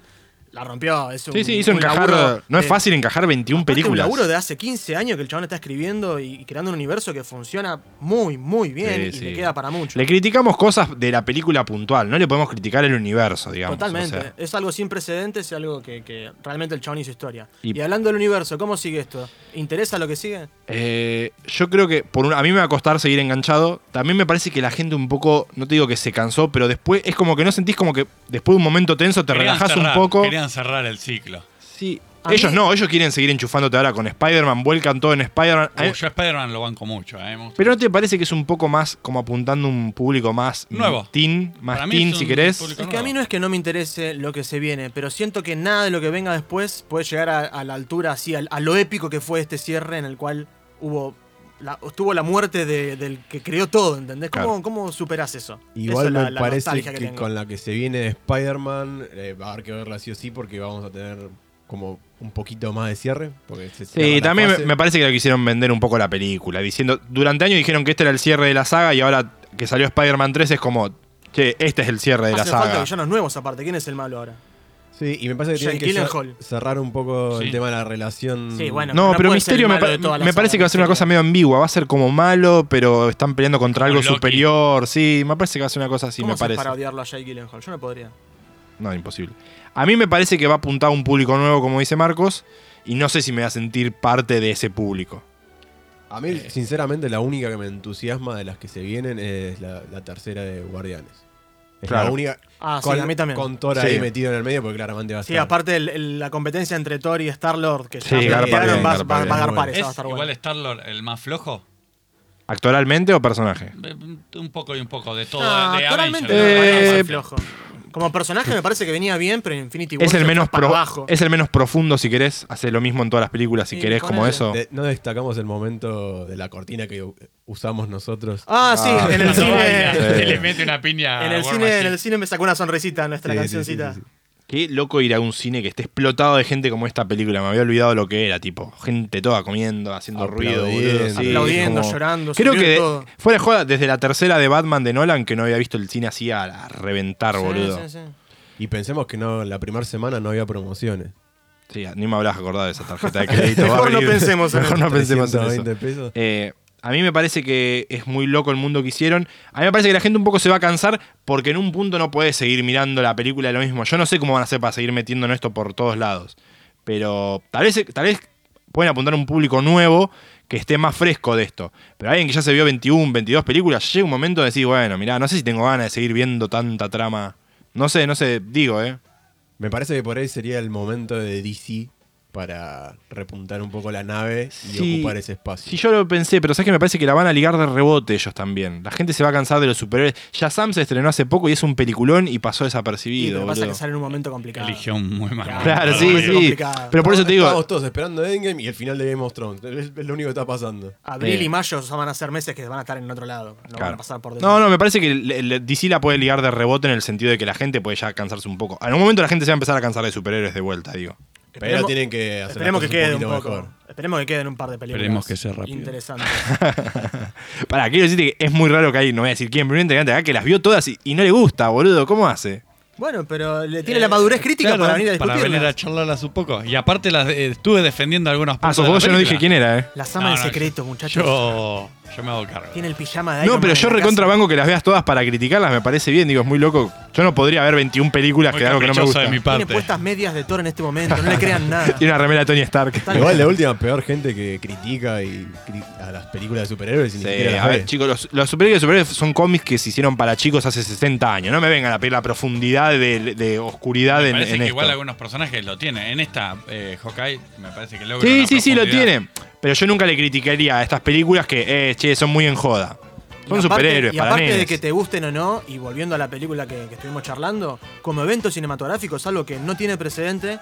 A: la rompió. Es un,
E: sí, sí, hizo
A: un
E: encajar.
A: laburo
E: no es
A: de-
E: fácil encajar 21
A: aparte
E: películas.
A: Un laburo de hace 15 años que el chabón está escribiendo y, y creando un universo que funciona muy, muy bien y
E: Sí,
A: le
E: sí.
A: queda para mucho.
E: Le criticamos cosas de la película puntual, no le podemos criticar el universo, digamos. o
A: Totalmente.
E: sea.
A: Es algo sin precedentes, es algo que, que realmente el chabón hizo historia.
E: Y-
A: Y, hablando del universo, ¿cómo sigue esto? ¿Interesa lo que sigue?
E: Eh, yo creo que por un- a mí me va a costar seguir enganchado. También me parece que la gente un poco, no te digo que se cansó, pero después es como que no sentís como que después de un momento tenso te
D: Querían
E: relajas un
D: cerrar,
E: poco.
D: Querían cerrar el ciclo.
E: Sí,
A: A
E: ellos
A: mí-
E: no, ellos quieren seguir enchufándote ahora con Spider-Man, vuelcan todo en Spider-Man. Eh, A mí-
D: Uh, yo a Spider-Man lo banco mucho. eh, me gusta.
E: Pero ¿no te parece que es un poco más como apuntando un público más
D: Nuevo.
E: teen, más
D: Para mí
E: teen
D: es
E: si
D: un
E: querés?
D: público-
A: Es que a mí no es que no me interese lo que se viene, pero siento que nada de lo que venga después puede llegar a, a la altura, así, al- a, lo épico que fue este cierre en el cual hubo la, estuvo la muerte de- del que creó todo, ¿entendés? ¿Cómo,
E: Claro.
A: cómo superás eso?
F: Igual
A: Eso es
F: me parece
A: nostalgia
F: que,
A: tengo.
F: con la que se viene de Spider-Man eh, va a haber que verla sí o sí porque vamos a tener como un poquito más de cierre. Porque se cierra
E: Sí,
F: la
E: Eh, también me-
F: fase.
E: me parece que lo quisieron vender un poco la película, diciendo, durante años dijeron que este era el cierre de la saga y ahora que salió Spider-Man 3 es como, che, este es el cierre de la
A: Hacen falta
E: saga.
A: villanos nuevos aparte. ¿Quién es el malo ahora?
F: Sí, y me parece que tienen
A: Jake
F: que cer-
A: Gyllenhaal.
F: cerrar un poco el
D: Sí.
F: tema de la relación.
A: Sí, bueno.
E: No,
A: No
E: pero
A: puede ser
E: Misterio
A: el
E: me,
A: malo
E: pa-
A: de toda la
E: me parece
A: saga,
E: que va a ser una
A: Misterio.
E: cosa medio ambigua, va a ser como malo, pero están peleando contra algo
D: Como Loki.
E: superior, sí, me parece que va a ser una cosa así,
A: ¿Cómo
E: me
A: haces
E: parece.
A: para odiarlo a Jake Gyllenhaal? Yo no podría.
E: No, imposible. A mí me parece que va a apuntar a un público nuevo, como dice Marcos, y no sé si me va a sentir parte de ese público.
F: A mí, sinceramente, la única que me entusiasma de las que se vienen es la, la tercera de Guardianes. Es la
E: Claro.
F: única.
A: Ah, sí,
F: con,
A: a mí también.
F: Con Thor
E: Sí.
F: ahí metido en el medio porque claramente va a
A: Sí,
F: ser-
A: aparte el- el- la competencia entre Thor y Star-Lord, que
E: Sí,
A: ya
E: garpa
A: pelearon,
E: bien,
A: va,
E: garpa
A: va-
E: bien.
A: va a garpar, esa va a
D: ¿Es
A: estar
D: igual
A: buena.
D: Star-Lord el más flojo?
E: ¿Actualmente o personaje?
D: Eh, Un poco y un poco de todo.
A: Ah,
D: de Avengers.
A: actualmente
E: Avengers.
A: no,
E: Eh,
A: parece flojo. Como personaje me parece que venía bien, pero en Infinity War
E: Es el,
A: se
E: menos
A: fue para
E: pro-
A: abajo.
E: es el menos profundo si querés, hace lo mismo en todas las películas si
A: Sí,
E: querés, como
A: ponele.
E: eso.
F: de- no destacamos el momento de la cortina que u- usamos nosotros.
A: Ah, sí,
E: Ah,
A: en el
D: Cuando
A: cine. eh,
D: baila,
E: Sí.
D: que le mete una piña. a
A: En el
D: War
A: cine, en
D: Machine.
A: el cine me sacó una sonrisita nuestra
F: Sí, sí,
A: cancioncita.
F: sí, sí,
E: Qué loco ir a un cine que esté explotado de gente como esta película. Me había olvidado lo que era, tipo. Gente toda comiendo, haciendo ruido,
F: Aplaudiendo.
E: boludo, sí,
A: Aplaudiendo, llorando,
E: Creo
A: subiendo
E: que de-
A: todo.
E: fuera de joda, desde la tercera de Batman de Nolan, que no había visto el cine así a, a reventar, boludo.
A: Sí, sí, sí.
F: Y pensemos que no la primera semana no había promociones.
E: Sí, ni me habrás acordado de esa tarjeta de crédito.
A: Mejor
E: va a
A: no
E: venir.
A: pensemos en
E: Mejor
A: eso.
E: no pensemos en eso.
F: 320 pesos.
E: Eh, a mí me parece que es muy loco el mundo que hicieron. A mí me parece que la gente un poco se va a cansar porque en un punto no puede seguir mirando la película de lo mismo. Yo no sé cómo van a hacer para seguir metiendo en esto por todos lados. Pero tal vez, tal vez pueden apuntar a un público nuevo que esté más fresco de esto. Pero alguien que ya se vio 21, 22 películas, llega un momento de decir, bueno, mirá, no sé si tengo ganas de seguir viendo tanta trama. No sé, no sé, digo, ¿eh?
F: Me parece que por ahí sería el momento de DC para repuntar un poco la nave y
E: Sí,
F: ocupar ese espacio.
E: Sí, yo lo pensé, pero sabes que me parece que la van a ligar de rebote ellos también. La gente se va a cansar de los superhéroes. Ya Sam se estrenó hace poco y es un peliculón y pasó
A: Sí,
E: desapercibido.
A: pero pasa
E: boludo.
A: que sale en un momento complicado.
D: Eligió un muy mal.
E: Claro,
A: Ah,
E: sí,
A: muy
E: sí.
A: complicado.
E: Pero por eso te digo,
F: Estábamos todos esperando Endgame y el final de Game of Thrones. Es, es lo único que está pasando.
A: Abril
E: Eh.
A: y mayo van a ser meses que van a estar en otro lado. No van
E: Claro.
A: a pasar por
E: No, no, me parece que le- le- DC la puede ligar de rebote en el sentido de que la gente puede ya cansarse un poco. En algún momento la gente se va a empezar a cansar de superhéroes de vuelta, digo.
F: Pero
A: Esperemos-
F: tienen que hacer
A: Esperemos que
F: las
A: quede
F: cosas
A: un
F: un poquito
A: poco.
F: mejor.
A: Esperemos que queden un par de películas.
D: Esperemos que sea rápido.
A: Interesantes.
E: Pará, quiero decirte que es muy raro que hay, no voy a decir quién, pero un integrante acá que las vio todas y, y no le gusta, boludo. ¿Cómo hace?
A: bueno, pero le
E: Eh,
A: tiene la madurez crítica
D: Claro,
A: para venir a discutirlas.
D: venir a charlarlas un poco. Y aparte las eh, estuve defendiendo algunos puntos.
E: Ah, sos
D: de la
E: vos, yo no
D: película.
E: dije quién era, ¿eh?
A: Las ama
D: No,
A: en
D: no,
A: secreto,
D: yo-
A: muchachos.
D: Yo, yo me hago cargo.
A: Tiene el pijama de Iron
E: No, pero
A: Man
E: yo
A: en la casa.
E: recontrabanco que las veas todas para criticarlas, me parece bien, digo, es muy loco. Yo no podría ver 21 películas
D: Muy
E: que de algo que no me
D: caprichoso
E: gusta.
D: de mi
A: Tiene
D: parte.
A: puestas medias de Thor en este momento, no le crean nada.
E: Tiene una remera de Tony Stark.
A: Tal-
F: Igual la última peor gente que critica y cri- a las películas de superhéroes y ni
E: Sí,
F: siquiera las
E: a
F: ve.
E: ver, chicos, los, los superhéroes, superhéroes son cómics que se hicieron para chicos hace 60 años. No me vengan a pedir la profundidad de, de oscuridad
D: Me
E: en,
D: parece
E: en
D: que
E: esto.
D: igual algunos personajes lo tienen. En esta, eh, Hawkeye, me parece que logra.
E: Sí,
D: una
E: sí, sí, lo
D: profundidad.
E: tiene. Pero yo nunca le criticaría a estas películas que, eh, che, son muy en joda.
A: Y
E: Son
A: aparte-
E: superhéroes
A: Y
E: para
A: aparte
E: nenes.
A: de que te gusten o no, y volviendo a la película que, que estuvimos charlando, como evento cinematográfico es algo que no tiene precedente,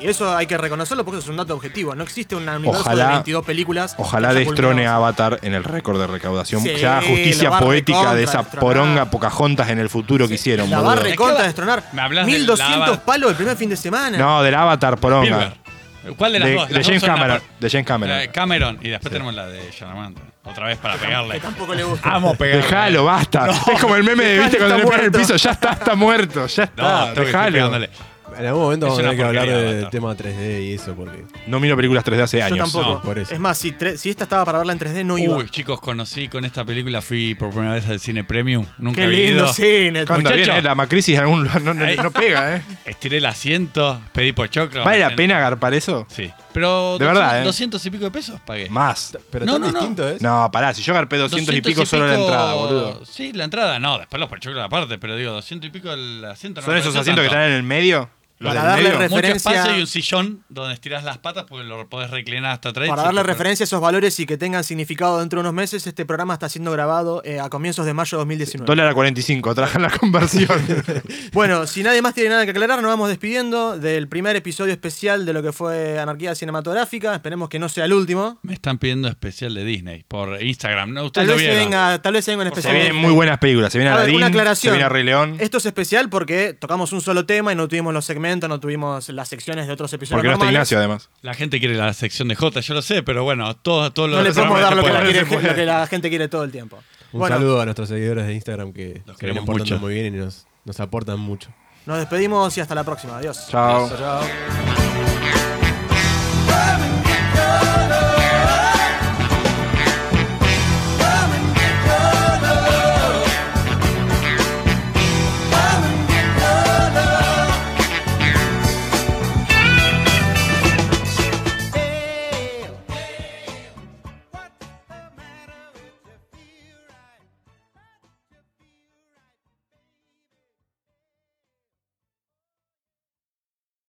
A: y eso hay que reconocerlo porque eso es un dato objetivo. No existe un universo
E: Ojalá-
A: de 22 películas. que
E: Ojalá
A: haya
E: destrone a
A: culminado.
E: Avatar en el récord de recaudación.
A: Sí,
E: ya
A: lo
E: justicia
A: va a
E: poética de
A: recontra
E: esa
A: destronar.
E: poronga Pocahontas en el futuro que hicieron,
A: La
E: boludo.
A: barra
D: Es que
A: contra
D: va-
A: de destronar.
D: me hablas del
A: 1200
D: lava-
A: palos el primer fin de semana.
E: No, del Avatar poronga.
D: Spielberg. ¿Cuál de
E: De,
D: las dos?
E: de
D: Las dos
E: James
D: son la Eh,
E: Cameron.
D: par-
E: De James Cameron.
D: La de Cameron. Y después tenemos la de Shalamant. Otra vez para
A: Que
D: pegarle.
A: tampoco le gusta.
D: Amo pegarle.
E: Dejalo, basta. es como el meme de, viste,
A: Dejalo,
E: cuando le
A: está
E: ponen el
A: muerto.
E: piso, ya está, está muerto, ya
D: No,
E: está.
D: tengo que seguir
E: dejalo.
D: pegándole.
F: En algún momento
D: Es
F: vamos a
D: una
F: tener que hablar
D: porquería,
F: del
D: Avatar.
F: tema 3D y eso, porque
E: No miro películas 3D hace
A: Yo
E: años.
A: tampoco.
D: No,
F: por eso.
A: Es más, si, tre- si esta estaba para verla en 3D, no iba.
D: Uy, chicos, conocí con esta película. Fui por primera vez al cine premium. Nunca
A: Qué
D: había
A: lindo
D: ido.
A: cine.
E: Cuando
D: Muchacho.
E: viene la macrisis en algún lugar, no, no-
D: Ahí.
E: no pega, ¿eh?
D: Estiré el asiento, pedí por choclo.
E: ¿Vale la pena agarpar eso?
D: Sí. Pero.
E: De
D: 200,
E: verdad, ¿eh?
D: 200 y pico de pesos pagué.
E: Más.
F: Pero
D: No,
F: tan
D: no, no.
F: distinto ¿eh? es.
E: No, pará, si yo agarpé 200 y pico solo la
D: pico-
E: entrada, boludo.
D: Sí, la entrada no, después los pochoclos aparte, pero digo, 200 y pico el asiento. no
E: ¿Son
D: me
E: esos
D: pareció
E: asientos que
D: tanto.
E: están en el medio? Lo
A: Para
E: del
A: darle
E: medio.
A: ref-
D: Mucho
A: Referencia-
D: espacio y un sillón donde estiras las patas porque lo podés reclinar hasta tres.
A: Para darle referencia a esos valores y que tengan significado dentro de unos meses, este programa está siendo grabado eh, a comienzos de mayo de 2019.
E: Dólar a 45, trajan la conversión.
A: Bueno, si nadie más tiene nada que aclarar, nos vamos despidiendo del primer episodio especial de lo que fue Anarquía Cinematográfica. Esperemos que no sea el último.
D: Me están pidiendo especial de Disney por Instagram. No,
A: Tal
D: ustedes lo
A: vez, se
D: vieron.
A: venga, tal vez se venga un
E: se
A: especial.
E: vienen muy buenas películas. Se viene
A: A ver,
E: Aladdin,
A: una aclaración.
E: se viene Rey León.
A: Esto es especial porque tocamos un solo tema y no tuvimos los segmentos, no tuvimos las secciones de otros episodios.
E: Porque no está
A: normales.
E: Ignacio, además.
D: La gente quiere la sección de J, yo lo sé, pero bueno, todos todo
A: No le podemos dar lo que, la quiere- lo que la gente quiere todo el tiempo.
F: Un
A: bueno,
F: saludo a nuestros seguidores de Instagram que
D: Los
F: se vienen
D: queremos
F: portando
D: mucho.
F: muy bien y nos, nos aportan mucho.
A: nos despedimos y hasta la próxima. Adiós.
E: Chao.
F: Chao.